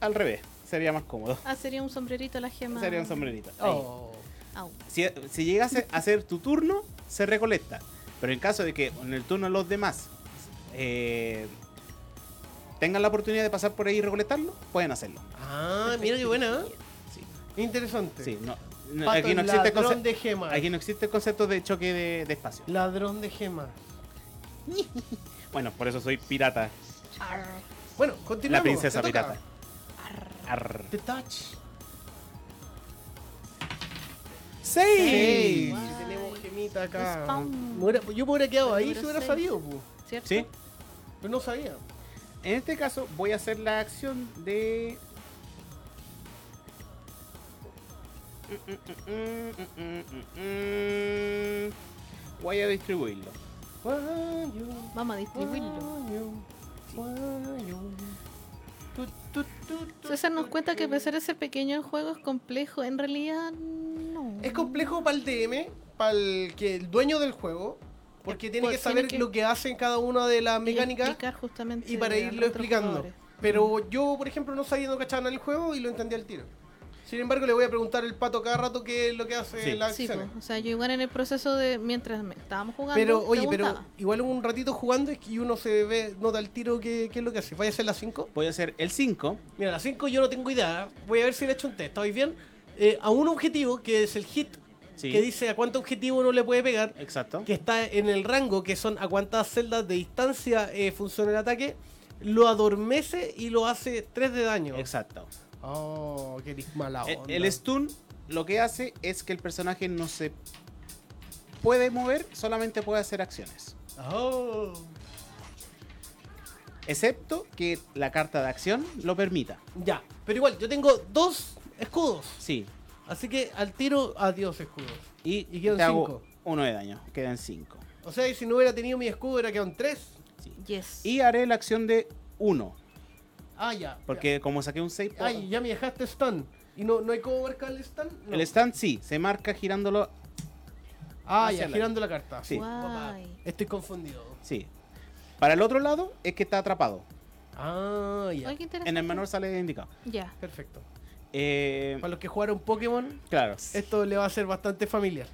A: al revés. Sería más cómodo.
C: Ah, sería un sombrerito a la gema.
A: Sería un sombrerito. Ahí.
B: Oh.
C: Au.
A: Si, si llegase a ser tu turno, se recolecta. Pero en caso de que en el turno de los demás eh, tengan la oportunidad de pasar por ahí y recolectarlo, pueden hacerlo.
B: Ah, mira qué buena. ¿eh?
A: Sí.
B: Interesante.
A: Sí, no- no,
B: Pato,
A: aquí, no existe el
B: ladrón
A: conce-
B: de gema.
A: aquí no existe el concepto de choque de, de espacio.
B: Ladrón de gema.
A: Bueno, por eso soy pirata.
B: Bueno, continuamos.
A: La princesa
B: te toca.
A: pirata. Arr.
B: The Touch.
A: ¡Seis!
B: Ey,
C: Guay.
B: tenemos gemita acá.
C: Spam.
B: Me hubiera- yo me hubiera quedado ahí si
C: Número
B: hubiera
C: seis.
B: sabido, pu.
C: ¿Cierto?
A: Sí.
B: pero no sabía.
A: En este caso voy a hacer la acción de... Voy a distribuirlo.
C: Vamos a distribuirlo. César nos cuenta que a pesar de ser pequeño el juego es complejo. En realidad, no.
B: Es complejo para el DM, para el, que, el dueño del juego, porque tiene
C: Porque
B: que saber
C: tiene que-
B: lo que hacen cada una de las
C: Y
B: mecánicas
C: explicar justamente
B: y para
C: a
B: irlo
C: los
B: explicando.
C: jugadores.
B: Pero yo, por ejemplo, no sabía no cachaba nada el juego y lo entendí al tiro. Sin embargo, le voy a preguntar al pato cada rato qué es lo que hace
A: Sí.
B: la
C: Sí,
B: acción.
C: pues, o sea, yo igual en el proceso de mientras me- estábamos jugando.
B: Pero, oye, pero
C: preguntaba.
B: igual un ratito jugando es que uno se ve, nota el tiro que, que es lo que hace. ¿Vaya a ser las 5?
A: Voy a hacer el 5.
B: Mira, las 5 yo no tengo idea. Voy a ver si le he hecho un test. ¿Estáis bien? Eh, a un objetivo, que es el hit,
A: Sí.
B: que dice a cuánto objetivo uno le puede pegar,
A: Exacto.
B: que está en el rango, que son a cuántas celdas de distancia eh, funciona el ataque, lo adormece y lo hace 3 de daño.
A: Exacto. E-,
B: Oh, qué mala
A: El- El stun lo que hace es que el personaje no se puede mover, solamente puede hacer acciones.
B: Oh.
A: Excepto que la carta de acción lo permita.
B: Ya, pero igual, yo tengo dos escudos.
A: Sí.
B: Así que al tiro, adiós escudos.
A: Y,
B: Y quedan
A: te hago
B: cinco.
A: uno de daño. Quedan 5.
B: O sea, y si no hubiera tenido mi escudo, hubiera quedado en 3.
C: Yes.
A: Y haré la acción de 1.
B: Ah, ya.
A: Porque como saqué un 6,
B: Ay, ya me dejaste stun. ¿Y no, no hay cómo marcar el stun? No.
A: el stand sí, se marca girándolo.
B: ah,
A: hacia
B: ya,
A: la-
B: girando la carta.
A: Sí.
B: Papá,
C: Guay.
B: estoy confundido.
A: Sí. Para el otro lado es que está atrapado.
B: Ah, ya.
C: Ay, qué interesante.
A: En el menor sale indicado.
C: Ya.
B: Perfecto.
A: Eh,
B: Para los que jugaron Pokémon,
A: claro.
B: esto le va a ser bastante familiar.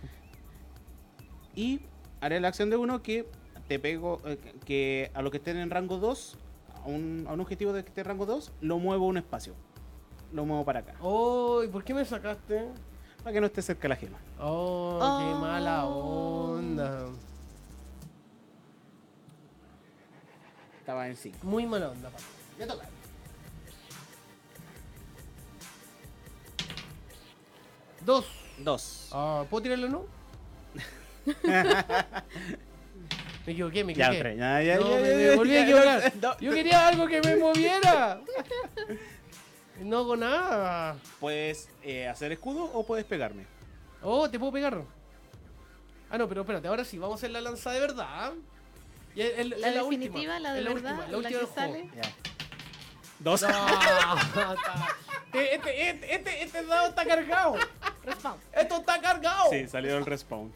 A: Y haré la acción de uno que te pego, eh, que a los que estén en rango 2, a un, a un objetivo de que esté en rango 2, lo muevo un espacio. Lo muevo para acá.
B: Oh, ¿y por qué me sacaste?
A: Para que no esté cerca la gema.
B: Oh,
C: Oh.
B: qué mala onda.
A: Estaba en 5.
B: Muy mala onda, papá. Ya toca. Dos.
A: 2.
B: Ah, ¿Puedo tirarlo no? me equivoqué, me
A: Ya,
B: equivoqué.
A: otra. Ya, ya,
B: no,
A: ya,
B: me,
A: ya,
B: me
A: ya,
B: volví
A: ya,
B: a equivocar.
A: no, no.
B: Yo quería algo que me moviera. no hago nada.
A: Puedes eh, hacer escudo o puedes pegarme.
B: Oh, te puedo pegar. Ah, no, pero espérate, ahora sí, vamos a hacer la lanza de verdad. Y el- el-
C: La,
B: es
C: definitiva,
B: última,
C: la de
B: es
C: verdad,
B: última,
C: la,
B: última
C: que
B: del juego.
C: sale.
A: Ya. Dos.
B: No, está- este, este, este, este dado está cargado.
C: Respawn.
B: Esto está cargado.
A: Sí, salió el respawn.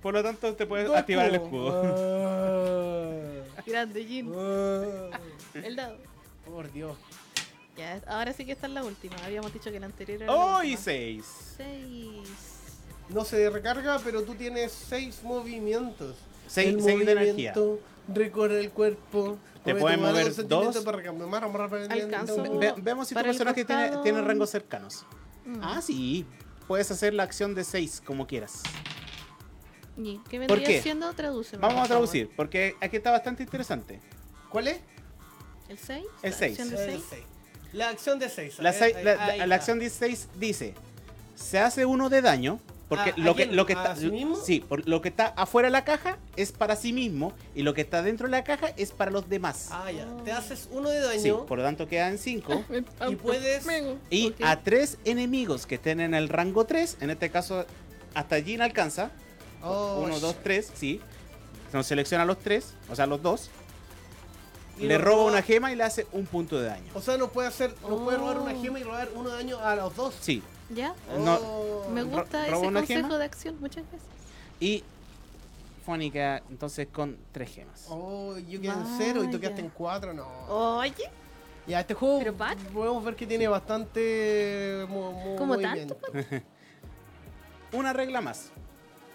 A: Por lo tanto, te puedes
B: Dos
A: activar el escudo.
B: escudos.
C: Grande, Jin.
A: Oh.
B: Ah, ah.
C: El dado.
B: Por Dios.
C: Ya, ahora sí que esta es la última. Habíamos dicho que la anterior era. la
A: ¡Oh, y
C: última.
A: seis!
C: Seis.
B: No se recarga, pero tú tienes seis movimientos.
A: Seis-
B: El
A: seis de energía.
B: movimiento Recorre el cuerpo.
A: Te
B: mueve tu
A: pueden
B: mano
A: mover
B: un centímetro
A: dos.
B: Para recambiar más, más rápidamente.
C: Alcanzo.
A: Ve- ve- veamos si tu
C: Para el
A: personaje tiene,
C: costado. Mm.
A: tiene rangos cercanos. Ah, sí. Puedes hacer la acción de 6 como quieras.
C: ¿Y qué
A: ¿Por
C: vendría
A: qué?
C: siendo? Tradúceme,
A: Vamos
C: por
A: a
C: favor.
A: traducir, porque aquí está bastante interesante.
B: ¿Cuál es?
C: ¿El 6?
A: El seis.
B: El seis. La acción de Eh, 6.
A: La, sei- la- la- la acción 16 dice, se hace uno de daño, porque
G: ¿A- a
A: lo, que,
G: quién?
A: lo que
G: ¿A
A: está,
G: sí mismo?
A: sí, por- lo que está afuera de la caja es para sí mismo y lo que está dentro de la caja es para los demás.
G: Ah, ya. Te haces uno de
A: Sí,
G: daño.
A: por lo tanto quedan 5.
G: Y puedes-
A: Y
C: Ok.
A: a tres enemigos que estén en el rango 3, en este caso hasta allí no alcanza,
B: Oh,
A: 1, 2, 3, sí. Nos selecciona los tres, o sea, los dos.
G: Y
A: le
G: los
A: roba
G: dos-
A: una gema y le hace un punto de daño.
B: O sea, nos puede hacer, nos puede robar una
C: Oh.
B: gema y robar uno de daño a los dos.
A: Sí.
C: ¿Ya?
A: No,
B: Oh.
C: Me
A: Ro-
C: gusta ese
A: roba una
C: consejo
A: gema.
C: de acción, muchas gracias.
A: y Fónica, entonces con tres gemas.
B: Oh, yo quedé en cero y tú quedaste
C: Vaya.
B: en cuatro, no.
C: Oye,
B: Ya, este juego
C: Pero Pat-
B: podemos ver que tiene bastante mo- mo-
C: ¿Cómo
B: movimiento.
A: Una regla más.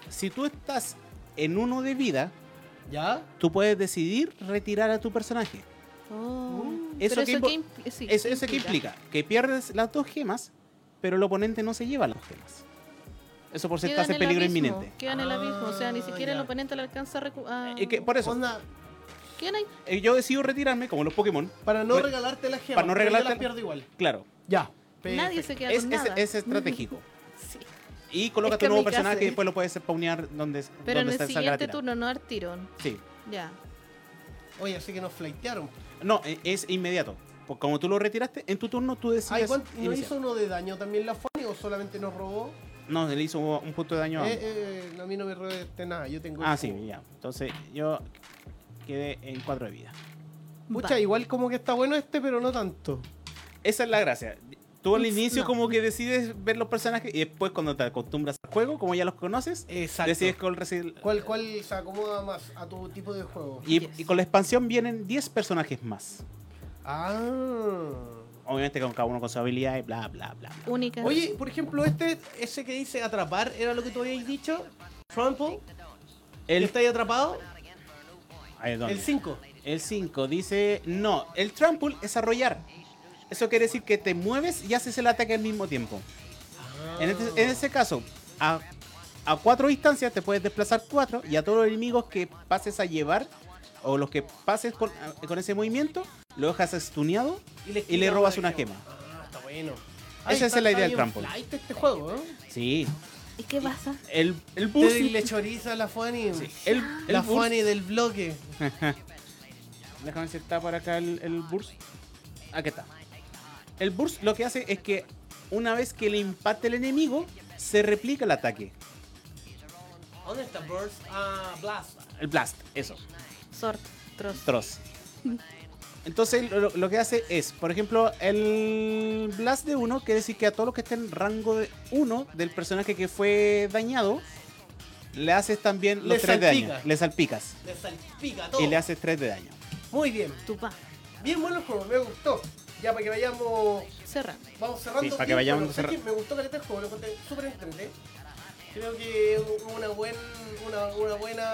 A: Si tú estás en uno de vida,
B: ¿Ya?
A: tú puedes decidir retirar a tu personaje.
C: Oh.
A: Mm. Eso
C: Pero
A: que
C: eso,
A: impo-
C: que impl- sí,
A: Eso, eso que implica que pierdes las dos gemas, pero el oponente no se lleva las dos gemas. Eso por si
C: Queda
A: estás
C: en
A: en
C: el
A: peligro
C: abismo,
A: inminente.
C: Queda en el abismo, o sea, ni
B: Ah,
C: siquiera el
B: ya.
C: oponente le alcanza a recu- a-
A: Eh, que- por eso,
B: Onda,
C: ¿Qué hay?
A: eh, yo decido retirarme como los Pokémon.
B: para no
A: Pues,
B: regalarte las gemas,
A: para no
B: pero yo
A: regalarte-
B: las pierdo igual.
A: Claro,
B: Ya.
C: Nadie se queda
A: es,
C: con
A: es-
C: nada.
A: es estratégico.
C: Sí.
A: Y colocas
C: Es que
A: tu nuevo
C: me casé.
A: personaje y después lo puedes spawnear donde,
C: Pero en
A: donde
C: el
A: se salga la
C: siguiente
A: tirada.
C: turno, no al tirón.
A: Sí.
C: Ya.
B: Oye, así que nos fleitearon.
A: No, e- es inmediato. Pues Como tú lo retiraste, en tu turno tú decides.
B: Ay, ¿cuánto- ¿No
A: iniciar.
B: Ah, hizo uno de daño también la Fanny o solamente nos robó?
A: No, le hizo un punto de daño a
B: Eh, eh, no, a mí no me robaste nada, yo tengo... este el
A: Ah, sí,
B: cubo.
A: ya. Entonces yo quedé en 4 de vida.
B: Pucha,
C: Va.
B: igual como que está bueno este, pero no tanto.
A: Esa es la gracia. Tú al
C: Ups,
A: inicio
C: no.
A: como que decides ver los personajes y después cuando te acostumbras al juego, como ya los conoces,
B: Exacto.
A: decides con reci-
B: ¿Cuál, ¿Cuál se acomoda más a tu tipo de juego?
A: Y,
C: Yes.
A: y con la expansión vienen 10 personajes más.
B: Ah...
A: Obviamente con cada uno con su habilidad y bla, bla, bla. bla.
C: Única.
B: Oye, por ejemplo, este, ese que dice atrapar, era lo que tú habías dicho. Trample,
A: El,
B: está ahí atrapado.
A: Ahí, ¿dónde?
B: El 5.
A: El 5 dice, no, el trample es arrollar. Eso quiere decir que te mueves y haces el ataque al mismo tiempo. En, este- en ese caso, a, a cuatro distancias te puedes desplazar cuatro y a todos los enemigos que pases a llevar o los que pases con, con ese movimiento, lo dejas estuneado y le
G: quitas
A: robas
G: una
A: una gema.
B: Ah, está bueno.
A: Esa es la idea del
B: bien
A: trample.
B: flight este juego, ¿eh?
A: Sí.
C: ¿Y qué pasa?
A: El, el bus...
B: Te le choriza a la Fanny.
A: El, el
B: La
A: burst-
B: Fanny del bloque.
A: Déjame ver si está por acá el, el burst. Aquí está. El burst lo que hace es que una vez que le impacta el enemigo, se replica el ataque.
G: ¿Dónde está Burst? Ah, Blast.
A: El blast, eso.
C: Sort, troz.
A: Troz. Entonces lo, lo que hace es, por ejemplo, el blast de 1 quiere decir que a todos los que estén en rango de 1 del personaje que fue dañado, le haces también los
B: Le
A: 3 de daño.
B: salpica.
A: Le salpicas.
G: Le salpica todo.
A: Y le haces 3 de daño.
B: Muy bien.
C: Tupá.
B: Bien bueno el juego, me gustó. Ya para que vayamos.
C: Cerrando.
B: Vamos cerrando.
A: Sí, para que
B: Bien,
A: vayamos
B: bueno, ¿sabes
A: cerra-
B: qué? Me gustó caleta el juego, lo conté súper entretenido. Creo que una, buen, una, una buena.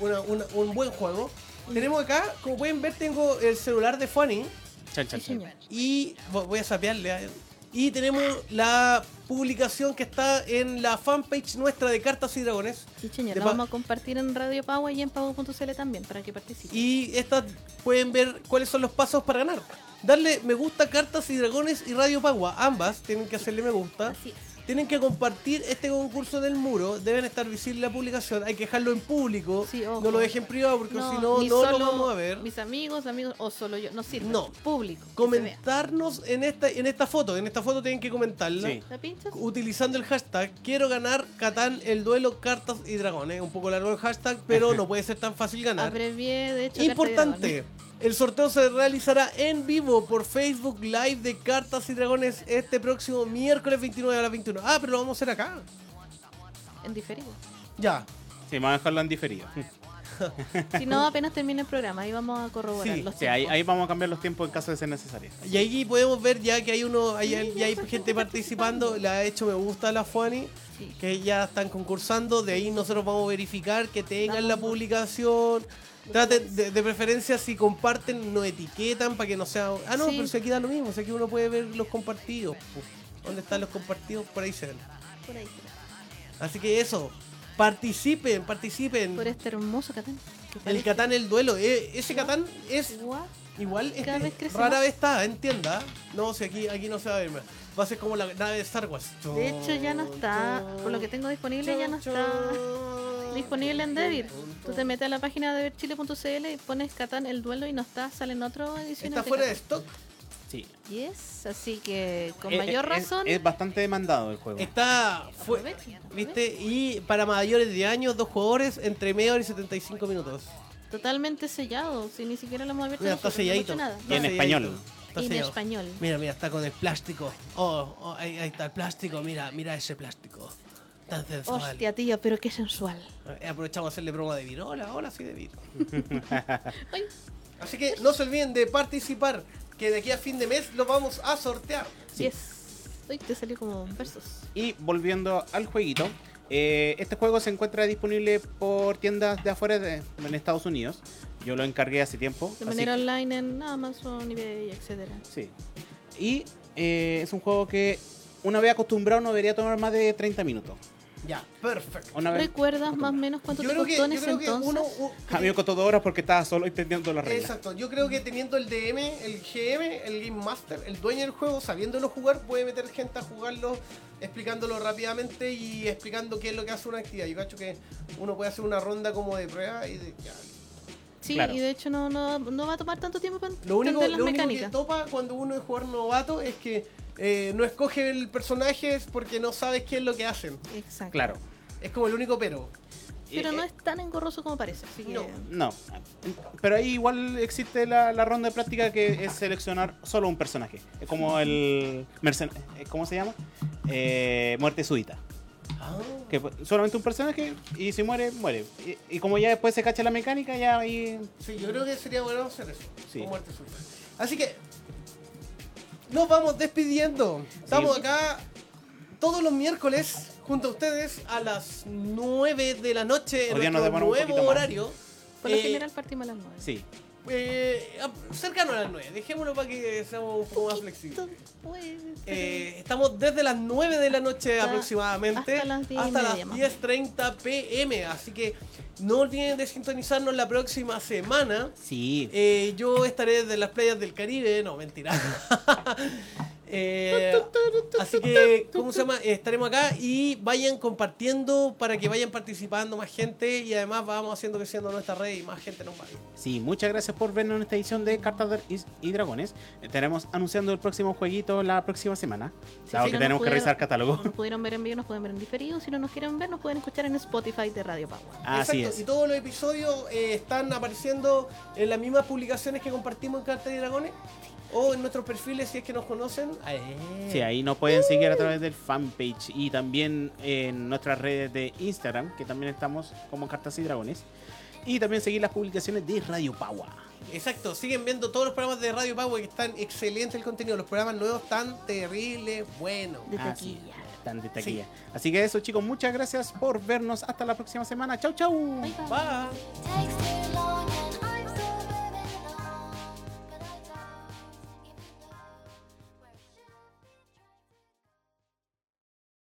B: Una, una- un buen juego. Tenemos acá, como pueden ver, tengo el celular de Fanny
A: Chan, chan,
C: Sí,
A: chan.
C: señor.
B: y vo- voy a sapearle. a él. Y tenemos la publicación que está en la fanpage nuestra de Cartas y Dragones.
C: Sí, señor.
B: De
C: Lo
B: pa-
C: vamos a compartir en Radio Pagua y en Pagua.cl también para que participen.
B: Y estas pueden ver cuáles son los pasos para ganar. Darle me gusta a Cartas y Dragones y Radio Pagua. Ambas tienen que hacerle me gusta.
C: Así es.
B: Tienen que compartir este concurso del muro. Deben estar visible la publicación. Hay que dejarlo en público.
C: Sí, ojo.
B: no lo dejen privado porque si no,
C: ni
B: no
C: solo
B: lo vamos a ver.
C: Mis amigos, amigos, o solo yo. No sirve.
B: No.
C: Público. que se vea.
B: Comentarnos en esta, en esta foto. En esta foto tienen que comentarla.
A: Sí.
C: ¿La pinchas?
B: Utilizando el hashtag Quiero ganar Catán el duelo cartas y dragones. Un poco largo el hashtag, pero no puede ser tan fácil
C: Ah,
B: ganar.
C: Abrevié, de hecho. carta de
B: Importante. El sorteo se realizará en vivo por Facebook Live de Cartas y Dragones este próximo miércoles 29 a las 21. Ah, pero lo vamos a hacer acá.
C: dragones. En diferido.
B: Ya.
A: Sí, vamos a dejarlo en diferido.
C: Si no, apenas termine el programa, ahí vamos a corroborar
A: Sí,
C: los
A: sí, ahí,
C: tiempos.
A: ahí vamos a cambiar los tiempos en caso de ser necesario.
B: Y ahí podemos ver ya que hay uno, hay, hay- ya hay gente participando, le ha hecho me gusta a la Fuani,
C: Sí.
B: que ya están concursando, de ahí nosotros vamos a verificar que tengan la publicación. Traten, de, de preferencia si comparten, no etiquetan para que no sea... Ah, no,
C: Sí.
B: pero si aquí da lo mismo, si aquí uno puede ver los compartidos. pues. ¿Dónde están los compartidos? Por ahí se ven.
C: Por ahí,
B: Así que eso, participen, participen.
C: por este hermoso Catán. que
B: El
C: parece-
B: Catán, el duelo. Eh, ese Catán es
C: Guau.
B: Igual es
C: Cada
B: que
C: vez crece
B: rara
C: más.
B: vez está, entienda. No, si aquí, aquí no se va a ver más. Va a ser como la nave de Star Wars.
C: De hecho, ya no está, por lo que tengo disponible, ya no está disponible en Devir. Tú te metes a la página de devirchile.cl y pones Catán el duelo y no está, salen otras ediciones.
B: Está fuera de stock.
A: Sí.
C: Yes, así que con
A: Eh,
C: mayor
A: eh, es-
C: razón.
A: Es, bastante demandado el
B: Eh,
A: juego.
B: Está fue,
C: aprovechen, aprovechen.
B: ¿Viste? Y para mayores de años, dos jugadores entre media hora y 75 minutos.
C: Totalmente sellado, si ni siquiera lo hemos abierto.
B: Mira, está
C: nosotros, no hemos
B: selladito.
C: hecho nada.
A: Y en
B: Está
A: español.
B: selladito. Está
C: Y en
B: sellado.
C: español.
B: Mira, mira, está con el plástico. Oh, oh, ahí, ahí está el plástico. Mira, mira ese plástico. Tan sensual.
C: Hostia, tío, pero qué sensual.
B: Eh, Aprovechamos a hacerle broma de Viro. Hola, hola, soy de Viro.
C: Ay,
B: Así que no se olviden de participar, que de aquí a fin de mes lo vamos a sortear.
C: Yes. Uy, te salió como versos.
A: Y volviendo al jueguito, eh, este juego se encuentra disponible por tiendas de afuera de, en Estados Unidos. Yo lo encargué hace tiempo.
C: De
A: así
C: manera
A: que-
C: online en Amazon, eBay, etcétera.
A: Sí. Y eh, es un juego que una vez acostumbrado no debería tomar más de 30 minutos.
B: Ya, perfecto.
A: Una vez,
C: ¿Recuerdas más o menos cuánto
B: Yo
C: te
B: creo que,
C: costó en
B: yo
C: ese
B: creo que
C: entonces?
B: uno... u-
A: a mí me costó dos horas porque estaba solo entendiendo las reglas.
B: exacto, yo creo que teniendo el DM, el GM, el Game Master, el dueño del juego, sabiéndolo jugar, puede meter gente a jugarlo explicándolo rápidamente y explicando qué es lo que hace una actividad. Yo cacho que uno puede hacer una ronda como de prueba y de- ya.
C: Sí,
A: Claro.
C: y de hecho no, no, no va a tomar tanto tiempo para
B: Lo único,
C: entender las
B: lo único que
C: mecánicas.
B: topa cuando uno es jugador novato es que eh, no escoge el personaje es porque no sabes qué es lo que hacen.
C: Exacto.
A: Claro.
B: Es como el único pero.
C: Pero
A: Eh,
C: no
A: eh,
C: es tan engorroso como parece. Así que...
B: No.
A: No, pero ahí igual existe la, la ronda de práctica que es seleccionar solo un personaje. Es como el. mercen- eh, ¿Cómo se llama? Eh, muerte súbita. Que pu- solamente un personaje y si muere, muere. Y, y como ya después se cacha la mecánica, ya ahí.
B: Sí, yo creo que sería bueno hacer eso.
A: Sí.
B: con muerte súbita. Así que nos vamos despidiendo. Estamos
A: Sí.
B: acá todos los miércoles junto a ustedes a las 9 de la noche en
A: Hoy día nos
B: nuestro
A: demoramos un
B: nuevo
A: poquito más.
B: horario.
C: Por lo
B: Eh,
C: general partimos a las nueve.
A: Sí.
B: eh, a- cercano a las 9. Dejémoslo para que seamos un poco más flexibles.
C: Pues,
B: Eh, estamos desde las 9 de la noche
C: Hasta-
B: aproximadamente
C: hasta las 10 y
B: hasta las
C: media, más o
B: 10.30 pm. Así que no olviden de sintonizarnos la próxima semana.
A: Sí.
B: Eh, yo estaré desde las playas del Caribe, no, mentira. Eh, así que, ¿cómo se llama? Eh, Estaremos acá y vayan compartiendo para que vayan participando más gente y además vamos haciendo creciendo nuestra red y más gente nos va. a ver.
A: Sí, muchas gracias por vernos en esta edición de Cartas de- y, y Dragones. Estaremos anunciando el próximo jueguito la próxima semana. Claro
C: si
A: que tenemos
C: no nos
A: que
C: pudieron-
A: revisar catálogo.
C: No nos pudieron ver en vivo, nos pueden ver en diferido. Si no nos quieren ver, nos pueden escuchar en Spotify de Radio Power.
A: Así
B: Exacto, Y
A: es.
B: todos los episodios eh, están apareciendo en las mismas publicaciones que compartimos en Cartas y Dragones o en nuestros perfiles si es que nos conocen.
A: Ah, eh. Sí, ahí nos pueden seguir a través del fanpage y también en nuestras redes de Instagram, que también estamos como Cartas y Dragones. Y también seguir las publicaciones de Radio Power.
B: Exacto, siguen viendo todos los programas de Radio Power que están excelentes el contenido. Los programas nuevos están terribles, buenos.
C: De
A: Así,
C: taquilla.
A: tan de taquilla. Así que eso, chicos, muchas gracias por vernos. Hasta la próxima semana. Chau, chau.
C: Bye, bye.
B: Bye.